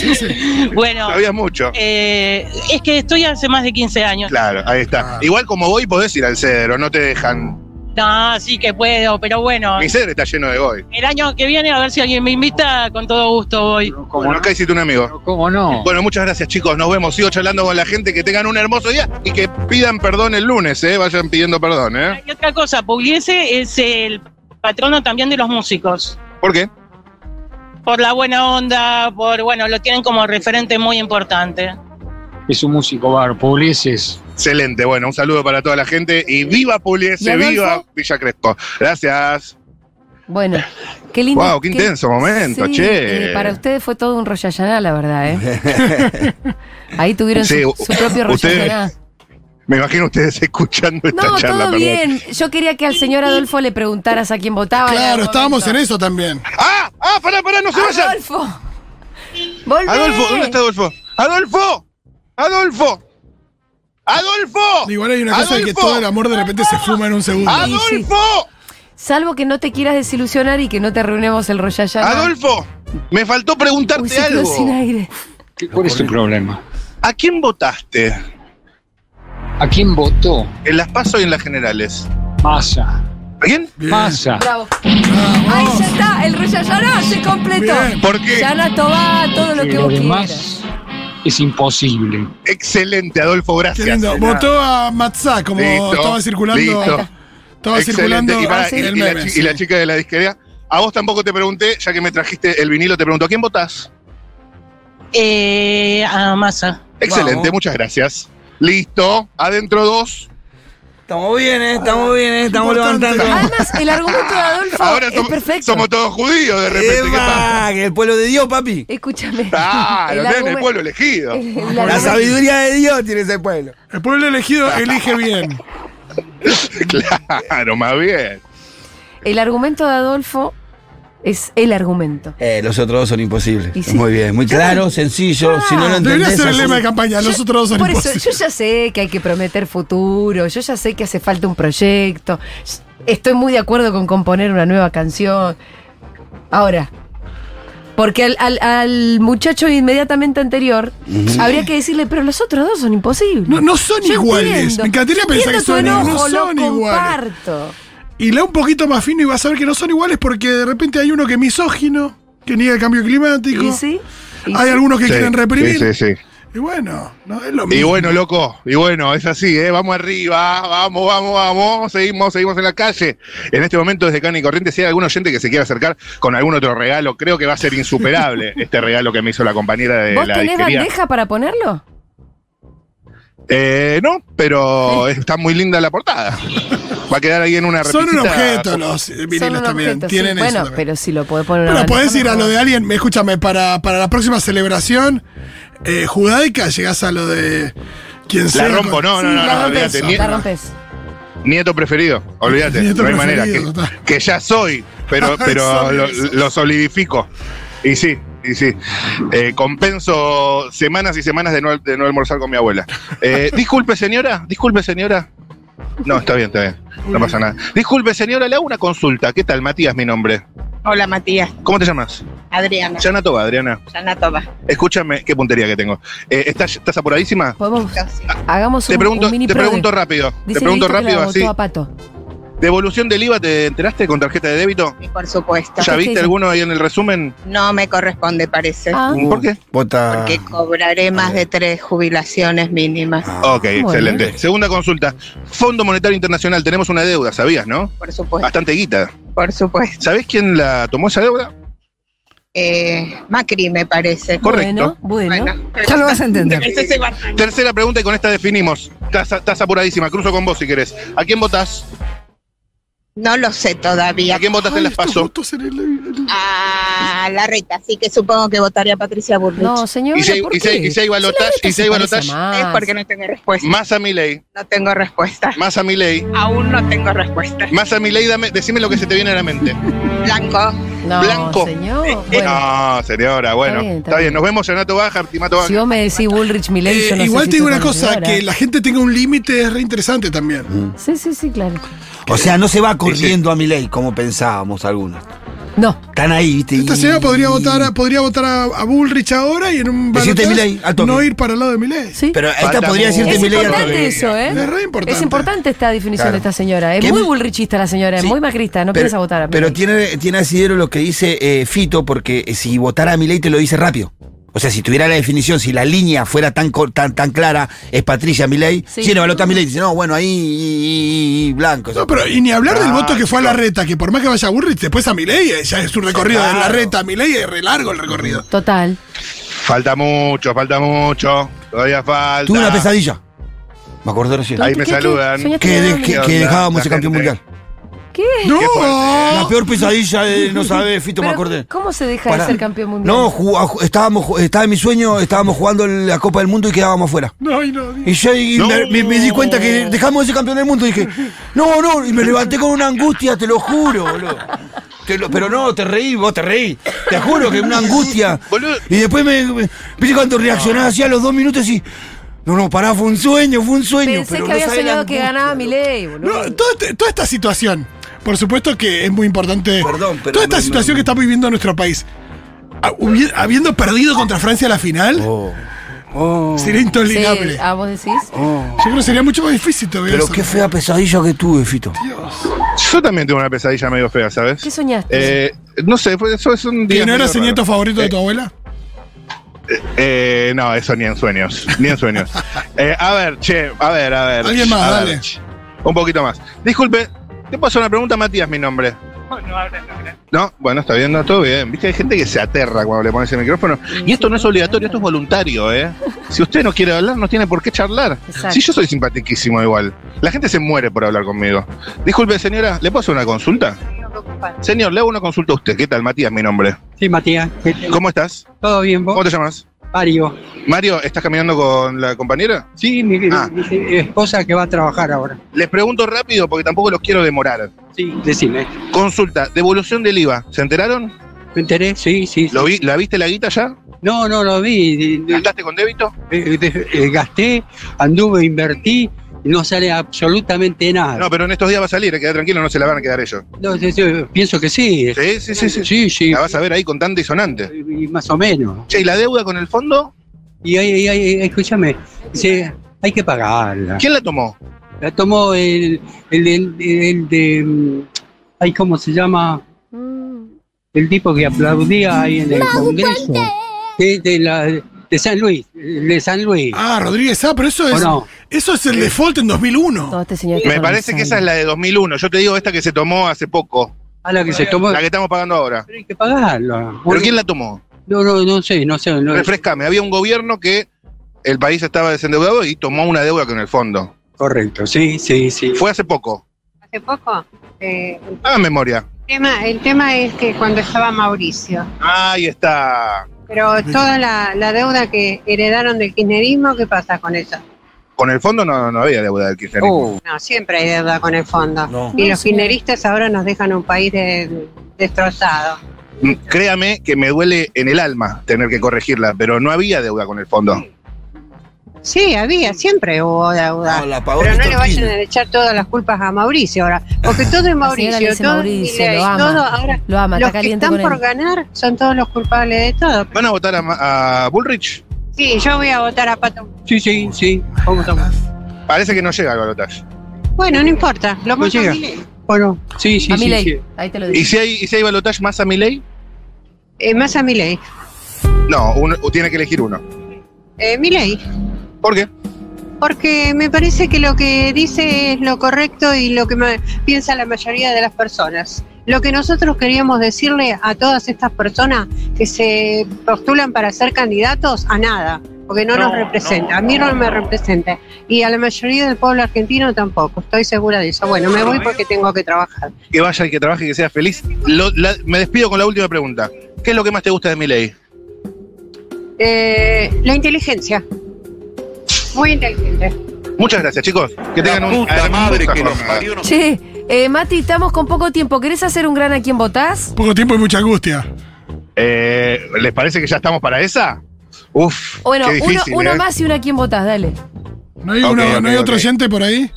Speaker 9: Bueno,
Speaker 7: sabías mucho.
Speaker 9: eh, es que estoy hace más de 15 años.
Speaker 7: Claro, ahí está. Igual como voy podés ir al Cedro, no te dejan.
Speaker 9: No, sí que puedo, pero bueno.
Speaker 7: Mi Cedro está lleno de goy.
Speaker 9: El año que viene, a ver si alguien me invita, con todo gusto voy.
Speaker 11: ¿Cómo
Speaker 7: Bueno,
Speaker 11: no?
Speaker 7: acá hiciste un amigo.
Speaker 11: ¿Cómo no?
Speaker 7: Bueno, muchas gracias chicos, nos vemos. Sigo charlando con la gente, que tengan un hermoso día y que pidan perdón el lunes, eh. Vayan pidiendo perdón, eh.
Speaker 9: Y otra cosa, Pugliese es el patrono también de los músicos.
Speaker 7: ¿Por qué?
Speaker 9: Por la buena onda, por, bueno, lo tienen como referente muy importante.
Speaker 11: Es un músico bar. Pugliese es
Speaker 7: Excelente, bueno, un saludo para toda la gente y viva
Speaker 1: ¿Y
Speaker 7: Puliese,
Speaker 1: Adolfo?
Speaker 7: viva Villa Crespo. Gracias.
Speaker 1: Bueno, qué lindo.
Speaker 7: Guau, qué intenso momento,
Speaker 1: Sí,
Speaker 7: che.
Speaker 1: eh, para ustedes fue todo un royallaná, la verdad, ¿eh? Ahí tuvieron
Speaker 7: Sí,
Speaker 1: su, su propio
Speaker 7: ustedes-
Speaker 1: royallaná.
Speaker 7: Me imagino ustedes escuchando esta
Speaker 1: No,
Speaker 7: charla.
Speaker 1: todo
Speaker 7: perdón.
Speaker 1: bien. Yo quería que al señor Adolfo le preguntaras a quién votaba.
Speaker 3: Claro, estábamos en
Speaker 1: eso.
Speaker 3: eso también.
Speaker 7: ¡Ah! ¡Ah! ¡Pará, pará! ¡No se vayan!
Speaker 1: Adolfo. Volvé.
Speaker 7: Adolfo, ¿dónde está Adolfo? ¡Adolfo! ¡Adolfo! ¡Adolfo!
Speaker 3: Igual hay una cosa de que
Speaker 7: ¡Adolfo!
Speaker 3: todo el amor de repente se fuma en un segundo.
Speaker 7: ¡Adolfo!
Speaker 1: Salvo que no te quieras desilusionar y que no te reunamos el Royallana.
Speaker 7: ¡Adolfo! Me faltó
Speaker 1: Uy,
Speaker 7: preguntarte
Speaker 1: se quedó sin
Speaker 7: algo.
Speaker 1: aire.
Speaker 11: ¿Qué- ¿Cuál es tu problema?
Speaker 7: ¿A quién votaste?
Speaker 11: ¿A quién votó?
Speaker 7: ¿En las PASO y en las generales?
Speaker 11: Massa.
Speaker 7: ¿A quién?
Speaker 3: Bien.
Speaker 11: Massa.
Speaker 1: Bravo. Ahí ya está, el Royallana se completó.
Speaker 3: Bien.
Speaker 7: ¿Por qué?
Speaker 1: Yana Tobá, todo lo que
Speaker 11: Lo
Speaker 1: vos quieras.
Speaker 11: demás es imposible.
Speaker 7: Excelente, Adolfo,
Speaker 3: Qué
Speaker 7: gracias.
Speaker 3: lindo.
Speaker 7: De nada.
Speaker 3: Votó a Matzá, como
Speaker 7: Listo,
Speaker 3: estaba circulando.
Speaker 7: listo.
Speaker 3: Estaba
Speaker 7: Excelente.
Speaker 3: circulando
Speaker 7: Y,
Speaker 1: Ah,
Speaker 7: pará,
Speaker 3: así
Speaker 7: y-
Speaker 3: el
Speaker 7: y la
Speaker 3: meme,
Speaker 7: chi-
Speaker 3: sí.
Speaker 7: y la chica de la disquería. A vos tampoco te pregunté, ya que me trajiste el vinilo, te pregunto, ¿a quién votás?
Speaker 9: Eh, a Massa.
Speaker 7: Excelente, muchas gracias. Listo, adentro dos.
Speaker 2: Estamos bien, ¿eh? Estamos bien, ¿eh? Estamos
Speaker 3: Importante.
Speaker 2: levantando.
Speaker 1: Además, el argumento de Adolfo
Speaker 7: Ahora
Speaker 1: es
Speaker 7: som-
Speaker 1: perfecto.
Speaker 7: somos todos judíos de repente. ¿qué pasa?
Speaker 2: ¡Epa! Que el pueblo de Dios, papi.
Speaker 1: Escúchame.
Speaker 7: Ah, lo
Speaker 1: El
Speaker 7: tenés en el
Speaker 1: argumen-
Speaker 7: pueblo elegido.
Speaker 1: el- el
Speaker 2: La
Speaker 1: argumento-
Speaker 2: sabiduría de Dios tiene ese pueblo.
Speaker 3: El pueblo elegido elige bien.
Speaker 7: claro, más bien.
Speaker 1: El argumento de Adolfo es el argumento.
Speaker 2: Eh, los otros dos son imposibles.
Speaker 1: Y sí.
Speaker 2: Muy bien, muy claro, sencillo. si no lo
Speaker 3: Ah. Debería
Speaker 2: entendés,
Speaker 3: ser el
Speaker 2: así-
Speaker 3: lema de campaña, los
Speaker 1: Yo-
Speaker 3: otros dos son
Speaker 1: Por
Speaker 3: imposibles.
Speaker 1: eso, yo ya sé que hay que prometer futuro, yo ya sé que hace falta un proyecto, estoy muy de acuerdo con componer una nueva canción. Ahora, porque al, al- al muchacho inmediatamente anterior habría que decirle, pero los otros dos son imposibles.
Speaker 3: No, no son
Speaker 1: Yo
Speaker 3: iguales.
Speaker 1: entiendo.
Speaker 3: Me encantaría pensar que
Speaker 1: Entiendo tu
Speaker 3: son iguales.
Speaker 1: enojo,
Speaker 3: No son
Speaker 1: lo
Speaker 3: iguales.
Speaker 1: comparto.
Speaker 3: Y lea un poquito más fino y vas a ver que no son iguales porque de repente hay uno que es misógino, que niega el cambio climático.
Speaker 1: ¿Y sí? ¿Y
Speaker 3: Hay
Speaker 1: sí?
Speaker 3: algunos que
Speaker 7: Sí,
Speaker 3: quieren reprimir.
Speaker 7: Sí, sí, sí.
Speaker 3: Y bueno, no es lo mismo.
Speaker 7: Y bueno, loco, y bueno, es así, ¿eh? Vamos arriba, vamos, vamos, vamos, seguimos, seguimos en la calle. En este momento, desde Cana y Corrientes, si hay algún oyente que se quiera acercar con algún otro regalo, creo que va a ser insuperable este regalo que me hizo la compañera de
Speaker 1: ¿Vos
Speaker 7: Eh, la
Speaker 1: tenés
Speaker 7: disquería.
Speaker 1: bandeja para ponerlo?
Speaker 7: Eh, no, pero está muy linda la portada. Va a quedar ahí en una
Speaker 3: son un
Speaker 7: repisita.
Speaker 3: objeto los eh,
Speaker 1: Son
Speaker 3: vinilos
Speaker 1: un
Speaker 3: también.
Speaker 1: objeto, sí.
Speaker 3: Tienen eso.
Speaker 1: Bueno,
Speaker 3: también.
Speaker 1: pero si lo podés poner en una
Speaker 3: Pero podés
Speaker 1: bandeja,
Speaker 3: ir a
Speaker 1: mejor.
Speaker 3: lo de alguien, escúchame, para, para la próxima celebración eh, judaica llegás a lo de quien sea.
Speaker 7: La rompo, no,
Speaker 1: Sí,
Speaker 7: no, no,
Speaker 1: la
Speaker 7: no,
Speaker 1: rompes,
Speaker 7: olvídate.
Speaker 1: la
Speaker 7: Ni-
Speaker 1: rompes.
Speaker 7: Nieto preferido, olvídate,
Speaker 3: Nieto
Speaker 7: no hay
Speaker 3: preferido,
Speaker 7: manera. Que,
Speaker 3: total.
Speaker 7: que ya soy, pero, pero
Speaker 3: Soy,
Speaker 7: lo-
Speaker 3: soy.
Speaker 7: lo solidifico. Y sí, y sí. Eh, compenso semanas y semanas de no, de no almorzar con mi abuela. Eh, disculpe, señora, disculpe, señora. No, está bien, está bien. No pasa nada. Disculpe, señora, le hago una consulta. ¿Qué tal? Matías, mi nombre.
Speaker 10: Hola, Matías.
Speaker 7: ¿Cómo te llamas?
Speaker 10: Adriana.
Speaker 7: Yana Toba, Adriana.
Speaker 10: Yanatova.
Speaker 7: Escúchame, qué puntería que tengo. Eh, ¿estás, ¿Estás apuradísima?
Speaker 1: Podemos,
Speaker 10: Casi.
Speaker 1: hagamos un,
Speaker 7: Te pregunto,
Speaker 1: un mini
Speaker 7: te
Speaker 1: prove.
Speaker 7: pregunto rápido.
Speaker 1: Dice
Speaker 7: te pregunto
Speaker 1: Dieguito que la
Speaker 7: rápido
Speaker 1: votó
Speaker 7: así.
Speaker 1: a Pato.
Speaker 7: ¿Devolución del IVA te enteraste con tarjeta de débito?
Speaker 10: Y por supuesto.
Speaker 7: ¿Ya
Speaker 1: ¿Qué
Speaker 7: viste
Speaker 1: dice?
Speaker 7: alguno ahí en el resumen?
Speaker 10: No me corresponde, parece.
Speaker 1: Ah,
Speaker 7: ¿Por qué?
Speaker 2: Vota.
Speaker 10: Porque cobraré más de tres jubilaciones mínimas.
Speaker 7: Ok,
Speaker 1: Bueno.
Speaker 7: excelente. Segunda consulta. Fondo Monetario Internacional, tenemos una deuda, ¿sabías, no?
Speaker 10: Por supuesto.
Speaker 7: Bastante guita.
Speaker 10: Por supuesto.
Speaker 7: ¿Sabés quién la tomó esa deuda?
Speaker 10: Eh, Macri, me parece.
Speaker 7: Correcto.
Speaker 1: Bueno, bueno.
Speaker 10: Bueno, pero
Speaker 1: Ya lo vas a entender.
Speaker 10: ese se va.
Speaker 7: Tercera pregunta y con esta definimos. Estás estás apuradísima, cruzo con vos si querés. ¿A quién votás?
Speaker 10: No lo sé
Speaker 7: ¿A
Speaker 10: todavía.
Speaker 7: quién votás
Speaker 3: Ay,
Speaker 7: en las
Speaker 3: estos
Speaker 7: PASO?
Speaker 3: votos en el-
Speaker 10: A Ah, la reta, así que supongo que votaría a Patricia Burrich.
Speaker 1: No, señor.
Speaker 7: Y si hay- y si hay- y si hay balotaje- y si hay balotaje-
Speaker 10: Es porque no tengo respuesta.
Speaker 7: Más a mi ley,
Speaker 10: No tengo respuesta.
Speaker 7: más a mi ley,
Speaker 10: Aún no tengo respuesta.
Speaker 7: más a mi ley, dame, decime lo que se te viene a la mente.
Speaker 10: Blanco.
Speaker 1: no,
Speaker 7: blanco. Eh,
Speaker 1: Señor. Bueno,
Speaker 7: no, señora, bueno. Está bien, nos vemos, Renato Baja, Timato Baja.
Speaker 1: si vos me decís Bullrich Milei,
Speaker 3: Eh,
Speaker 1: yo no sé
Speaker 3: igual
Speaker 1: si
Speaker 3: te digo
Speaker 1: soy
Speaker 3: una cosa,
Speaker 1: conocedora.
Speaker 3: que la gente tenga un límite es re interesante también.
Speaker 1: Sí, sí, sí, claro.
Speaker 2: Mm. O sea, no se va corriendo a mi ley como pensábamos algunos.
Speaker 1: No,
Speaker 2: Están ahí, ¿viste?
Speaker 3: Esta
Speaker 2: Y-
Speaker 3: señora podría votar, a- podría votar a, a Bullrich ahora y en un
Speaker 2: Decirte
Speaker 3: balotaje
Speaker 2: Milei, al toque.
Speaker 3: no ir para el lado de Milei.
Speaker 1: sí.
Speaker 2: Pero esta
Speaker 7: Falta
Speaker 2: podría
Speaker 7: mucho.
Speaker 2: decirte
Speaker 1: es
Speaker 2: mi ley al
Speaker 1: importante
Speaker 2: toque.
Speaker 1: eso, ¿eh?
Speaker 3: Es re importante.
Speaker 1: Es importante esta definición
Speaker 2: Claro.
Speaker 1: de esta señora. Es
Speaker 2: Que-
Speaker 1: muy bullrichista la señora, es
Speaker 2: Sí,
Speaker 1: muy macrista, no
Speaker 2: pero,
Speaker 1: piensa votar a mi
Speaker 2: Pero
Speaker 1: ley.
Speaker 2: tiene, tiene asidero lo que dice eh, Fito, porque eh, si votara a mi ley te lo dice rápido. O sea, si tuviera la definición, si la línea fuera tan cor- tan, tan clara, es Patricia Milei.
Speaker 1: Sí.
Speaker 2: Si no balota a Milei, dice, no, bueno, ahí y, y- y blanco. Ah,
Speaker 3: No, pero y ni hablar del voto que fue a la reta, que por más que vaya a Bullrich, después a Milei eh, ya es un recorrido de la
Speaker 2: Claro.
Speaker 3: reta a Milei es re largo el recorrido.
Speaker 1: Total.
Speaker 7: Falta mucho, falta mucho. Todavía falta.
Speaker 2: Tuve una pesadilla. Me acordé recién.
Speaker 7: Ahí me
Speaker 1: ¿Qué- qué-
Speaker 7: saludan.
Speaker 1: soñaste
Speaker 2: Que,
Speaker 1: con
Speaker 2: de-
Speaker 1: algo?
Speaker 2: que-
Speaker 7: Dios,
Speaker 2: que
Speaker 7: la-
Speaker 2: dejábamos
Speaker 7: la
Speaker 2: el campeón
Speaker 7: gente.
Speaker 2: mundial.
Speaker 1: ¿Qué?
Speaker 3: ¡No!
Speaker 2: La peor pesadilla de no sabe, Fito, me
Speaker 1: Pero,
Speaker 2: acordé.
Speaker 1: ¿Cómo se deja
Speaker 2: Pará.
Speaker 1: de ser campeón mundial?
Speaker 2: No, ju- a- ju- estábamos, ju- estaba en mi sueño, estábamos jugando la Copa del Mundo y quedábamos fuera.
Speaker 3: No, y no.
Speaker 2: Y yo y
Speaker 7: No.
Speaker 2: me, me- me di cuenta que dejamos de ser campeón del mundo y dije, no, no, y me levanté con una angustia, te lo juro, boludo. Te lo- pero no, te reí, vos te reí. Te juro que una angustia.
Speaker 7: Boludo.
Speaker 2: Y después me, me- viste cuando reaccionás así a los dos minutos y. No, no, pará, fue un sueño, fue un sueño.
Speaker 1: Pensé
Speaker 2: pero
Speaker 1: que
Speaker 2: no
Speaker 1: había
Speaker 2: sabés la
Speaker 1: soñado que
Speaker 2: angustia.
Speaker 1: ganaba mi ley,
Speaker 3: No,
Speaker 1: boludo.
Speaker 3: todo este- toda esta situación, por supuesto que es muy importante.
Speaker 2: Perdón, pero
Speaker 3: Toda esta
Speaker 2: me- me-
Speaker 3: situación que estamos viviendo en nuestro país. Ah, hubi- Habiendo perdido contra Francia la final,
Speaker 2: Oh. Oh.
Speaker 3: sería intolerable.
Speaker 1: Sí, ah, vos decís.
Speaker 3: Yo creo que sería mucho más difícil todavía.
Speaker 2: Pero
Speaker 3: eso.
Speaker 2: qué fea pesadilla que tuve, Fito.
Speaker 7: Yo también tuve una pesadilla medio fea, ¿sabes?
Speaker 1: ¿Qué soñaste?
Speaker 7: Eh, no sé, fue- eso es un día.
Speaker 3: ¿Que no
Speaker 7: medio
Speaker 3: eras el
Speaker 7: raro.
Speaker 3: nieto favorito de
Speaker 7: Eh,
Speaker 3: tu abuela?
Speaker 7: Eh, no, eso ni en sueños. Ni en sueños. Eh, a ver, che, a ver, a ver.
Speaker 3: Alguien más,
Speaker 7: a ver,
Speaker 3: dale.
Speaker 7: ch, Un poquito más. Disculpe, te paso una pregunta, Matías, mi nombre. No, bueno, está bien, no, todo bien. Viste, hay gente que se aterra cuando le pones el micrófono. Y esto no es obligatorio, esto es voluntario, ¿eh? Si usted no quiere hablar, no tiene por qué charlar.
Speaker 1: Exacto.
Speaker 7: Si yo soy simpatiquísimo igual. La gente se muere por hablar conmigo. Disculpe, señora, ¿le puedo hacer una consulta? Señor, le hago una consulta a usted. ¿Qué tal, Matías, mi nombre?
Speaker 11: Sí, Matías. ¿qué tal?
Speaker 7: ¿Cómo estás?
Speaker 11: ¿Todo bien
Speaker 7: ¿Cómo
Speaker 11: vos?
Speaker 7: te llamas?
Speaker 11: Mario.
Speaker 7: Mario, ¿estás caminando con la compañera?
Speaker 11: Sí, mi, mi-
Speaker 7: Ah.
Speaker 11: mi esposa que va a trabajar ahora.
Speaker 7: Les pregunto rápido porque tampoco los quiero demorar.
Speaker 11: Sí, decime.
Speaker 7: Consulta, devolución del IVA, ¿se enteraron?
Speaker 11: ¿Me enteré? Sí, sí. sí.
Speaker 7: ¿Lo vi, ¿La viste la guita ya?
Speaker 11: No, no lo vi. de- de-
Speaker 7: ¿Gastaste con débito?
Speaker 11: eh, de- eh, gasté, anduve, invertí, y no sale absolutamente nada.
Speaker 7: No, pero en estos días va a salir, eh, queda tranquilo, no se la van a quedar ellos.
Speaker 11: No, sí, sí, pienso que sí.
Speaker 7: Sí, sí, sí, sí.
Speaker 11: Sí, sí,
Speaker 7: La vas a ver ahí contante y sonante.
Speaker 11: y más o menos.
Speaker 7: Che, ¿y la deuda con el fondo?
Speaker 11: Y ahí, ahí, ahí, escúchame, sí, hay que pagarla.
Speaker 7: ¿Quién la tomó?
Speaker 11: La tomó el, el, el, el de. mm, Ay, ¿Cómo se llama?
Speaker 1: Mm.
Speaker 11: El tipo que aplaudía ahí en el Congreso. De, de, la, de San Luis. el De San Luis.
Speaker 3: Ah, Rodríguez A, pero eso
Speaker 11: ¿O
Speaker 3: es,
Speaker 11: no?
Speaker 3: eso es el
Speaker 11: eh.
Speaker 3: default en 2001.
Speaker 1: No, este señor está
Speaker 7: Me
Speaker 1: con
Speaker 7: parece
Speaker 1: el
Speaker 7: que esa es la de 2001. Yo te digo esta que se tomó hace poco,
Speaker 11: A Ah, la que se tomó.
Speaker 7: la que estamos pagando ahora.
Speaker 11: Pero hay que pagarla.
Speaker 7: ¿Pero quién la tomó?
Speaker 11: No, no, no sé, no sé. No,
Speaker 7: Refrescame, había un gobierno que el país estaba desendeudado y tomó una deuda con el fondo.
Speaker 11: correcto, sí, sí, sí.
Speaker 7: Fue hace poco.
Speaker 12: Hace poco, eh, el,
Speaker 7: Ah, memoria.
Speaker 12: tema, el tema es que cuando estaba Mauricio,
Speaker 7: Ahí está.
Speaker 12: pero toda la, la deuda que heredaron del kirchnerismo, ¿qué pasa con eso?
Speaker 7: Con el fondo no, no había deuda del kirchnerismo.
Speaker 11: Oh,
Speaker 12: No, siempre hay deuda con el fondo.
Speaker 2: No.
Speaker 12: Y
Speaker 1: No,
Speaker 12: los
Speaker 1: señor.
Speaker 12: kirchneristas ahora nos dejan un país de- destrozado.
Speaker 7: Mm, Créame que me duele en el alma tener que corregirla, pero no había deuda con el fondo.
Speaker 12: Sí, había, siempre hubo deuda.
Speaker 2: No, la pavor
Speaker 12: pero
Speaker 2: es
Speaker 12: no le vayan
Speaker 2: terrible.
Speaker 12: a echar todas las culpas a Mauricio ahora, porque
Speaker 1: La
Speaker 12: todo es
Speaker 1: señora le
Speaker 12: Mauricio,
Speaker 1: dice
Speaker 12: todo es
Speaker 1: Mauricio,
Speaker 12: Milei,
Speaker 1: lo ama.
Speaker 12: todo ahora.
Speaker 1: Lo ama,
Speaker 12: Los
Speaker 1: está
Speaker 12: que
Speaker 1: caliente
Speaker 12: están
Speaker 1: con
Speaker 12: por
Speaker 1: él.
Speaker 12: ganar son todos los culpables de todo.
Speaker 7: ¿Van a votar a, Ma- a Bullrich?
Speaker 12: Sí, yo voy a votar a Pato.
Speaker 11: sí, sí, sí. Vamos, vamos.
Speaker 7: Parece que no llega al balotaje.
Speaker 12: Bueno, no importa, lo
Speaker 11: No
Speaker 7: Pues
Speaker 12: voto a
Speaker 11: llega.
Speaker 12: Milei.
Speaker 11: Bueno, sí, sí,
Speaker 1: A
Speaker 11: sí,
Speaker 1: mi ley.
Speaker 11: sí.
Speaker 1: Ahí te lo
Speaker 7: ¿Y
Speaker 1: digo.
Speaker 7: si hay, y si hay balotaje más a Milei?
Speaker 12: Eh, más a Milei.
Speaker 7: No, uno, o tiene que elegir uno.
Speaker 12: Eh, Milei,
Speaker 7: ¿Por qué?
Speaker 12: porque me parece que lo que dice es lo correcto y lo que ma- piensa la mayoría de las personas. Lo que nosotros queríamos decirle a todas estas personas que se postulan para ser candidatos, a nada, porque no, nos representa. a mí no, me representa. Y a la mayoría del pueblo argentino tampoco, estoy segura de eso. Bueno, me voy porque tengo que trabajar.
Speaker 7: Que vaya y que trabaje y que sea feliz. Lo- la- me despido con la última pregunta. ¿Qué es lo que más te gusta de Milei?
Speaker 12: Eh, la inteligencia. Muy inteligente.
Speaker 7: Muchas gracias, chicos. Que tengan un hermosa jornada.
Speaker 1: Che, eh, Mati, estamos con poco tiempo. ¿Querés hacer un gran a quién votás?
Speaker 3: Poco tiempo y mucha angustia.
Speaker 7: Eh, ¿Les parece que ya estamos para esa? Uf,
Speaker 1: Bueno,
Speaker 7: qué
Speaker 1: uno,
Speaker 7: difícil,
Speaker 1: uno
Speaker 7: ¿eh?
Speaker 1: más y uno a quién votás, dale.
Speaker 3: ¿No hay,
Speaker 7: Ok,
Speaker 3: uno-
Speaker 7: ok,
Speaker 3: ¿no hay
Speaker 7: ok.
Speaker 3: otro oyente por ahí?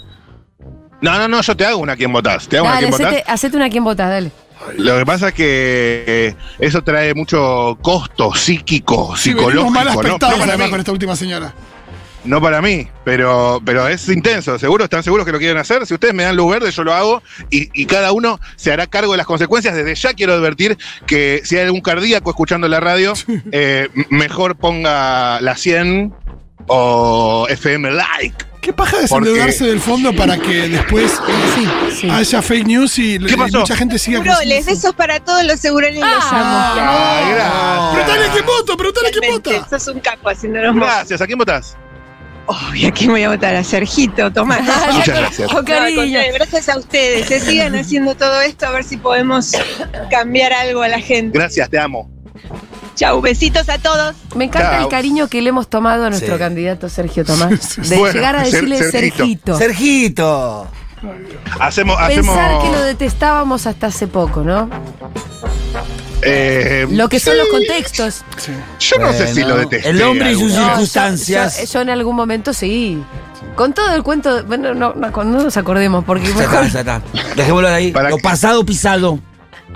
Speaker 7: No, no, no, yo te hago una quien votás. Te hago una
Speaker 1: Dale,
Speaker 7: quien votás.
Speaker 1: hacete, hacete una a quién votás, dale.
Speaker 7: Lo que pasa es que eh, eso trae mucho costo psíquico,
Speaker 3: Sí, venimos
Speaker 7: psicológico.
Speaker 3: mal
Speaker 7: no, no
Speaker 3: aspectados
Speaker 7: para
Speaker 3: además
Speaker 7: mí,
Speaker 3: con esta última señora.
Speaker 7: no para mí, pero, pero es intenso. ¿Seguro? ¿Están seguros que lo quieren hacer? Si ustedes me dan luz verde, yo lo hago y, y cada uno se hará cargo de las consecuencias. Desde ya quiero advertir que si hay algún cardíaco escuchando la radio, eh, m- mejor ponga la 100 o FM Like.
Speaker 3: ¿Qué paja
Speaker 7: Porque-
Speaker 3: desendeudarse del fondo para que después
Speaker 1: Sí, sí.
Speaker 3: haya fake news y, y
Speaker 7: pasó?
Speaker 3: mucha gente siga
Speaker 10: Seguroles,
Speaker 3: creciendo?
Speaker 10: besos para todos los seguroles los amo.
Speaker 7: Ay, gracias.
Speaker 3: Preguntale a quién vota, preguntale a quién vota.
Speaker 10: Realmente, Sos un capo haciéndonos
Speaker 7: Gracias. ¿A quién votás?
Speaker 13: obvio, ¿a quién voy a votar? A Sergito, Tomás.
Speaker 7: Muchas gracias.
Speaker 13: No, al contrario, gracias a ustedes. Se sigan haciendo todo esto a ver si podemos cambiar algo a la gente.
Speaker 7: Gracias, te amo.
Speaker 13: Chau, besitos a todos.
Speaker 1: Me encanta
Speaker 7: Chao.
Speaker 1: el cariño que le hemos tomado a nuestro
Speaker 2: Sí.
Speaker 1: candidato Sergio Tomás. De
Speaker 7: Bueno,
Speaker 1: llegar a
Speaker 7: Ser-
Speaker 1: decirle Sergito.
Speaker 7: Sergito.
Speaker 2: Sergito.
Speaker 7: Hacemos, hacemos.
Speaker 1: Pensar que lo detestábamos hasta hace poco, ¿no?
Speaker 7: eh,
Speaker 1: Lo que son
Speaker 7: sí,
Speaker 1: los contextos.
Speaker 7: Yo no sé
Speaker 2: Bueno,
Speaker 7: si lo detesto.
Speaker 2: el hombre y sus-
Speaker 1: No, yo-
Speaker 2: circunstancias.
Speaker 1: Yo, yo en algún momento sí. Con todo el cuento. Bueno, no, no, no nos acordemos porque.
Speaker 2: Ya está, ya está. Dejémoslo ahí.
Speaker 7: Para
Speaker 2: lo
Speaker 7: que-
Speaker 2: pasado pisado.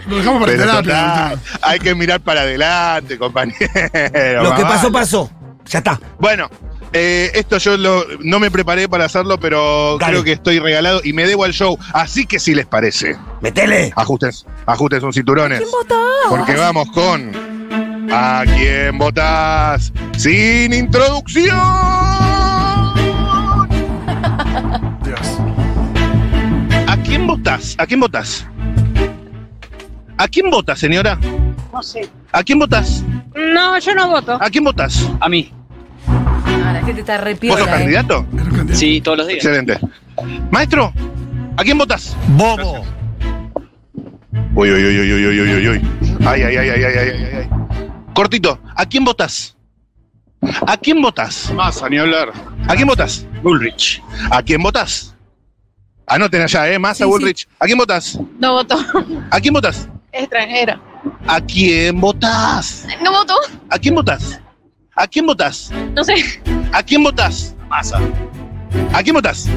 Speaker 3: Lo dejamos para
Speaker 7: Pero
Speaker 3: terapia.
Speaker 7: total, hay que mirar para adelante, compañero.
Speaker 2: lo que
Speaker 7: mamá.
Speaker 2: pasó, pasó. Ya está.
Speaker 7: Bueno, eh, esto yo lo- no me preparé para hacerlo, pero
Speaker 2: Dale.
Speaker 7: creo que estoy regalado y me debo al show. Así que si les parece,
Speaker 2: Metele.
Speaker 7: ajustes, ajustes un cinturones.
Speaker 1: ¿Quién votó?
Speaker 7: Porque vamos con. ¿A quién votás? Sin introducción.
Speaker 3: Dios.
Speaker 7: ¿A quién votás? ¿A quién votás? ¿A quién votas, señora?
Speaker 10: No sé.
Speaker 7: ¿A quién votás?
Speaker 10: No, yo no voto.
Speaker 7: ¿A quién votás?
Speaker 8: A mí.
Speaker 1: Ah, la gente está
Speaker 7: ¿Vos sos
Speaker 1: repiola. eh.
Speaker 7: candidato?
Speaker 8: Sí, todos los días.
Speaker 7: Excelente. Maestro, ¿a quién votás?
Speaker 2: Bobo.
Speaker 7: Uy, uy, uy, uy, uy, uy, uy, uy, uy. Ay, ay, ay, ay, ay, ay, ay, ay. Cortito, ¿a quién votas? ¿A quién votas?
Speaker 5: Massa, ni hablar.
Speaker 7: ¿A quién votas?
Speaker 8: Bullrich.
Speaker 7: ¿A quién votas? Anoten allá, ¿eh? Massa,
Speaker 1: Sí, sí.
Speaker 7: Bullrich. ¿A quién votas?
Speaker 13: No voto.
Speaker 7: ¿A quién votas?
Speaker 13: Extranjero.
Speaker 7: ¿A quién votas?
Speaker 13: No voto.
Speaker 7: ¿A quién votas? ¿A quién votas?
Speaker 13: No sé.
Speaker 7: ¿A quién votas?
Speaker 8: Massa.
Speaker 7: ¿A quién votas?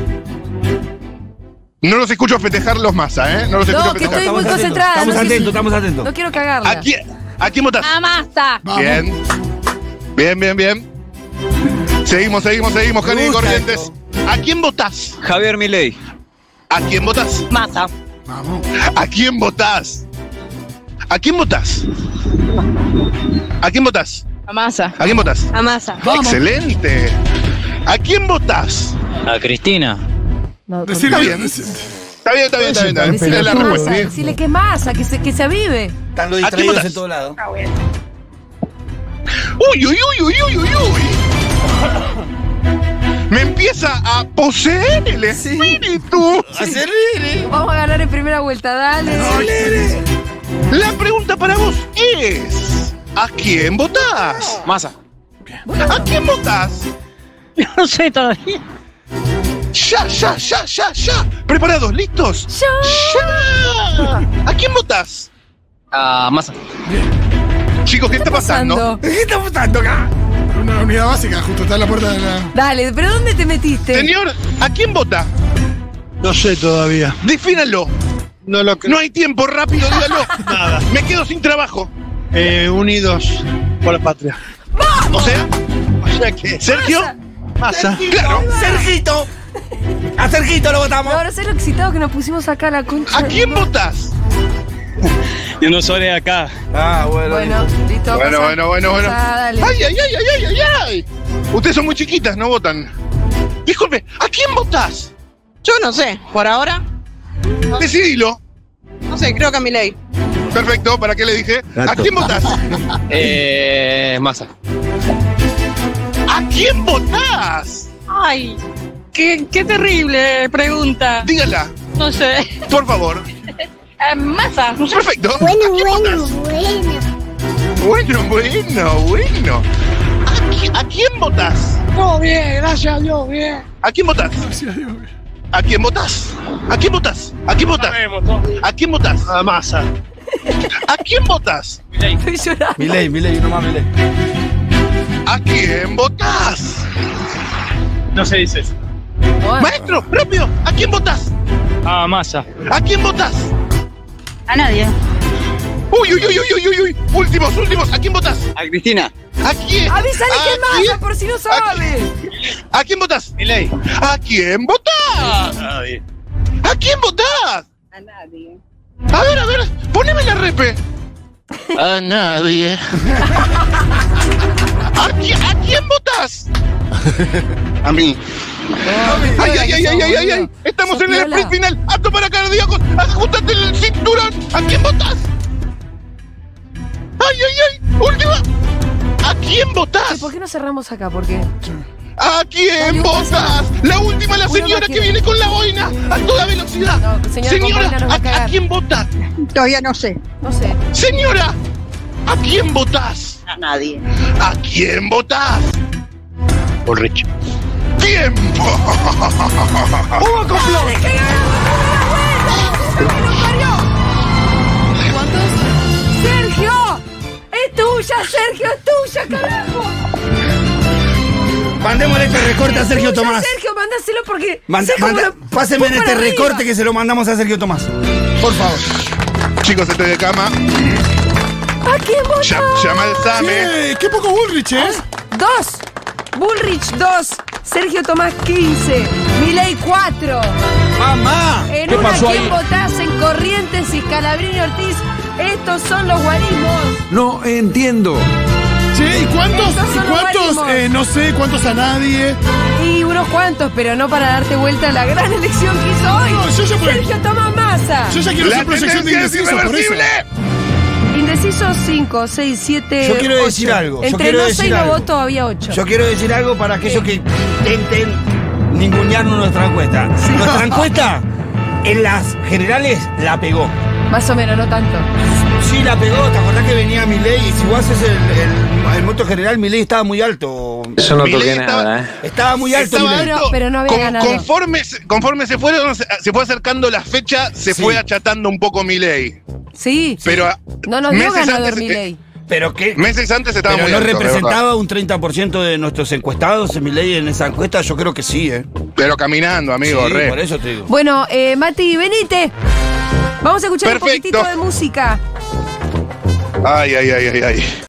Speaker 7: No los escucho festejar los Massa, ¿eh? No los escucho
Speaker 1: No, que
Speaker 7: festejar.
Speaker 1: estoy muy
Speaker 2: atentos,
Speaker 1: concentrada.
Speaker 2: Estamos
Speaker 1: no sé si-
Speaker 2: atentos, estamos atentos.
Speaker 1: No quiero cagarla. Ah,
Speaker 7: ¿A quién, ¿A quién votas?
Speaker 13: Amasta.
Speaker 3: Vamos.
Speaker 7: Bien. Bien, bien, bien. Seguimos, seguimos, seguimos,
Speaker 2: Me
Speaker 7: Cani
Speaker 2: gusta
Speaker 7: Corrientes. ¿A quién votás?
Speaker 4: Javier Milei.
Speaker 7: ¿A quién votás?
Speaker 9: Masa.
Speaker 3: Vamos.
Speaker 7: ¿A quién votás? ¿A quién votás? ¿A quién votás?
Speaker 13: Amasa.
Speaker 7: ¿A quién votás?
Speaker 13: Amasa.
Speaker 7: Excelente. ¿A quién votás?
Speaker 4: A Cristina.
Speaker 1: No,
Speaker 3: Decirle
Speaker 7: Está
Speaker 3: bien.
Speaker 7: bien.
Speaker 3: decirle.
Speaker 7: Está bien, está bien, está bien. Está bien.
Speaker 1: Decirle
Speaker 7: Es
Speaker 1: que
Speaker 7: la
Speaker 1: es
Speaker 7: respuesta.
Speaker 1: masa, decirle que es masa, que se, que se avive.
Speaker 2: Están los
Speaker 7: quién
Speaker 2: distraídos
Speaker 7: votás?
Speaker 2: en todo lado.
Speaker 7: Uy, uy, uy, uy, uy, uy, uy. Me empieza a poseer el espíritu.
Speaker 1: Vamos a ganar en primera vuelta, dale.
Speaker 7: La pregunta para vos es: ¿A quién votás?
Speaker 4: Massa.
Speaker 7: ¿A quién votás?
Speaker 9: No sé todavía.
Speaker 7: Ya, ya, ya, ya, ya. ¿Preparados? ¿Listos?
Speaker 1: Yo.
Speaker 7: ¡Ya! ¿A quién votás?
Speaker 4: A Massa.
Speaker 7: Chicos, ¿qué está pasando?
Speaker 1: Pasando.
Speaker 2: ¿Qué está votando acá?
Speaker 3: Una unidad básica, justo está en la puerta de la.
Speaker 1: Dale, pero ¿dónde te metiste?
Speaker 7: Señor, ¿a quién vota?
Speaker 5: No sé todavía.
Speaker 7: Defínalo.
Speaker 5: No lo
Speaker 7: No hay tiempo, rápido, dígalo.
Speaker 5: Nada.
Speaker 7: Me quedo sin trabajo.
Speaker 5: Eh, unidos por la patria.
Speaker 7: O sea,
Speaker 5: O sea que.
Speaker 7: Sergio.
Speaker 5: Massa.
Speaker 7: Claro.
Speaker 2: Sergito. A Sergito lo votamos.
Speaker 1: Ahora sé lo excitado que nos pusimos acá la concha.
Speaker 7: ¿A
Speaker 1: de-
Speaker 7: quién votás?
Speaker 4: Y uno solo de acá.
Speaker 2: Ah,
Speaker 1: Bueno, listo.
Speaker 7: Bueno,
Speaker 1: pasa.
Speaker 7: bueno, bueno, bueno.
Speaker 1: Pasa, dale.
Speaker 7: Ay, ay, ay, ay, ay, ay, ay. Ustedes son muy chiquitas, no votan. Disculpe, ¿a quién votás?
Speaker 13: Yo no sé. Por ahora,
Speaker 7: Decidilo.
Speaker 13: no sé, creo que a mi ley.
Speaker 7: Perfecto, ¿para qué le dije? ¿A
Speaker 2: Gato.
Speaker 7: quién votás?
Speaker 4: Eh. Massa.
Speaker 7: ¿A quién votás?
Speaker 13: Ay, qué, qué terrible pregunta.
Speaker 7: Dígala,
Speaker 13: No sé. Eh,
Speaker 7: por favor.
Speaker 13: Masa.
Speaker 7: Perfecto. ¿A quién votás? Bueno, bueno, bueno. ¿A, qui- a quién votás?
Speaker 13: Todo bien, gracias a Dios, bien.
Speaker 7: ¿A quién votás?
Speaker 3: Gracias, Dios mío.
Speaker 7: ¿A quién votás? ¿A quién votás? ¿A quién votás? ¿A quién votás?
Speaker 5: A Massa.
Speaker 7: ¿A quién votás?
Speaker 1: Estoy llorando.
Speaker 2: Milei, Milei, uno más Milei.
Speaker 7: ¿A quién votás?
Speaker 8: No se dice eso.
Speaker 1: Bueno,
Speaker 7: Maestro, rápido, ¿a quién votás?
Speaker 11: Ah,
Speaker 8: A Massa.
Speaker 7: ¿A quién votás?
Speaker 9: A nadie.
Speaker 7: Uy, uy, uy, uy, uy, uy, uy. Últimos, últimos, ¿a quién votás?
Speaker 4: A Cristina.
Speaker 7: ¿A
Speaker 1: Avisale
Speaker 7: quién? ¿A
Speaker 1: que es
Speaker 7: quién?
Speaker 1: masa por si no sabes.
Speaker 7: ¿A quién votás?
Speaker 8: Milei.
Speaker 7: ¿A quién
Speaker 5: Ah,
Speaker 7: votás?
Speaker 8: Nadie.
Speaker 7: ¿A quién votás?
Speaker 10: A nadie.
Speaker 7: A ver, a ver, poneme la repe. A nadie. ¿A, qui- a quién votás? A mí. Ay, ay, ay, ay, ay, ay, ay. Estamos
Speaker 1: Sos
Speaker 7: en el
Speaker 1: piola.
Speaker 7: sprint final. Apto para cardíacos. Ajustate el cinturón. ¿A quién votás? Ay, ay, ay. Última. ¿A quién
Speaker 1: Che,
Speaker 7: votás?
Speaker 1: ¿Por qué no cerramos acá? Porque
Speaker 7: ¿A ¿A quién votas? La última, la
Speaker 1: Uno
Speaker 7: señora
Speaker 1: más
Speaker 7: que
Speaker 1: queda.
Speaker 7: viene con la boina a toda velocidad.
Speaker 1: No, señora, con
Speaker 7: Señora,
Speaker 1: boina nos va a
Speaker 7: ¿a- ¿a
Speaker 1: cagar.
Speaker 7: quién votas?
Speaker 10: Todavía no sé.
Speaker 1: No sé.
Speaker 7: Señora, ¿a quién votás?
Speaker 9: A nadie.
Speaker 7: ¿A quién votás?
Speaker 5: Ulrich.
Speaker 7: ¡Tiempo! ¡Hubo complot!
Speaker 1: ¡Sergio! ¡Es tuya, Sergio! ¡Es tuya, carajo!
Speaker 2: Mandémosle este recorte a Sergio
Speaker 1: Es tuya,
Speaker 2: Tomás.
Speaker 1: Sergio, mándaselo porque.
Speaker 2: Manda,
Speaker 1: sé cómo
Speaker 2: manda-
Speaker 1: lo-
Speaker 2: pásenme
Speaker 1: vos
Speaker 2: en
Speaker 1: para
Speaker 2: este
Speaker 1: arriba.
Speaker 2: recorte que se lo mandamos a Sergio Tomás. Por favor.
Speaker 7: Chicos, estoy de cama.
Speaker 1: ¿A quién votás?
Speaker 7: Ll- Llama al SAME.
Speaker 3: Eh, ¡Qué poco Bullrich, eh!
Speaker 1: Dos. Bullrich 2. Sergio Tomás 15. Milei 4.
Speaker 2: ¡Mamá!
Speaker 1: En
Speaker 2: ¿Qué
Speaker 1: una
Speaker 2: pasó
Speaker 1: ¿Quién
Speaker 2: ahí?
Speaker 1: votás en Corrientes y Calabrini Ortiz? Estos son los guarismos.
Speaker 14: No entiendo.
Speaker 3: Che, ¿y cuántos,
Speaker 1: Estos
Speaker 3: y
Speaker 1: son
Speaker 3: cuántos,
Speaker 1: ovarismos.
Speaker 3: eh, no sé, cuántos a nadie?
Speaker 1: Y unos cuantos, pero no para darte vuelta a la gran elección que hizo hoy.
Speaker 3: No, yo ya fui.
Speaker 1: Sergio Tomás Massa.
Speaker 3: Yo ya quiero
Speaker 7: ¡La
Speaker 3: hacer proyección de
Speaker 7: tendencia es
Speaker 3: indecisos por eso.
Speaker 7: irreversible!
Speaker 1: Indecisos 5, 6, 7.
Speaker 2: Yo quiero decir algo, yo
Speaker 1: Entre
Speaker 2: quiero
Speaker 1: no
Speaker 2: decir
Speaker 1: y no
Speaker 2: algo.
Speaker 1: voto había 8.
Speaker 2: Yo quiero decir algo para aquellos que intenten ningunearnos nuestra encuesta. Nuestra encuesta en las generales la pegó.
Speaker 1: Más o menos, no tanto.
Speaker 2: Sí, la pegó. ¿Te acordás que venía Milei? Y si vos haces el, el, el voto general, Milei estaba muy alto.
Speaker 4: Yo no
Speaker 7: Milei
Speaker 4: toqué
Speaker 7: estaba-
Speaker 4: nada, ¿eh?
Speaker 3: Ah,
Speaker 2: Estaba muy alto
Speaker 7: Estaba
Speaker 2: Milei.
Speaker 1: Pero- pero no había ganado.
Speaker 7: Conforme, se- conforme se, fueron, se, se fue acercando la fecha, se
Speaker 2: Sí.
Speaker 7: fue achatando un poco mi ley.
Speaker 1: Sí.
Speaker 7: Pero a-
Speaker 1: no nos dio
Speaker 7: meses
Speaker 1: ganador
Speaker 7: antes-
Speaker 1: Milei.
Speaker 2: Pero que
Speaker 7: meses antes estaba
Speaker 2: pero
Speaker 7: muy
Speaker 2: no
Speaker 7: alto, de verdad.
Speaker 2: representaba un 30% de nuestros encuestados en Milei en esa encuesta, yo creo que sí, ¿eh?
Speaker 7: Pero caminando, amigo,
Speaker 2: Sí,
Speaker 7: re.
Speaker 2: por eso te digo.
Speaker 1: Bueno, eh, Mati, venite. Vamos a escuchar
Speaker 7: Perfecto.
Speaker 1: un poquitito de música.
Speaker 7: Ay, ay, ay, ay, ay.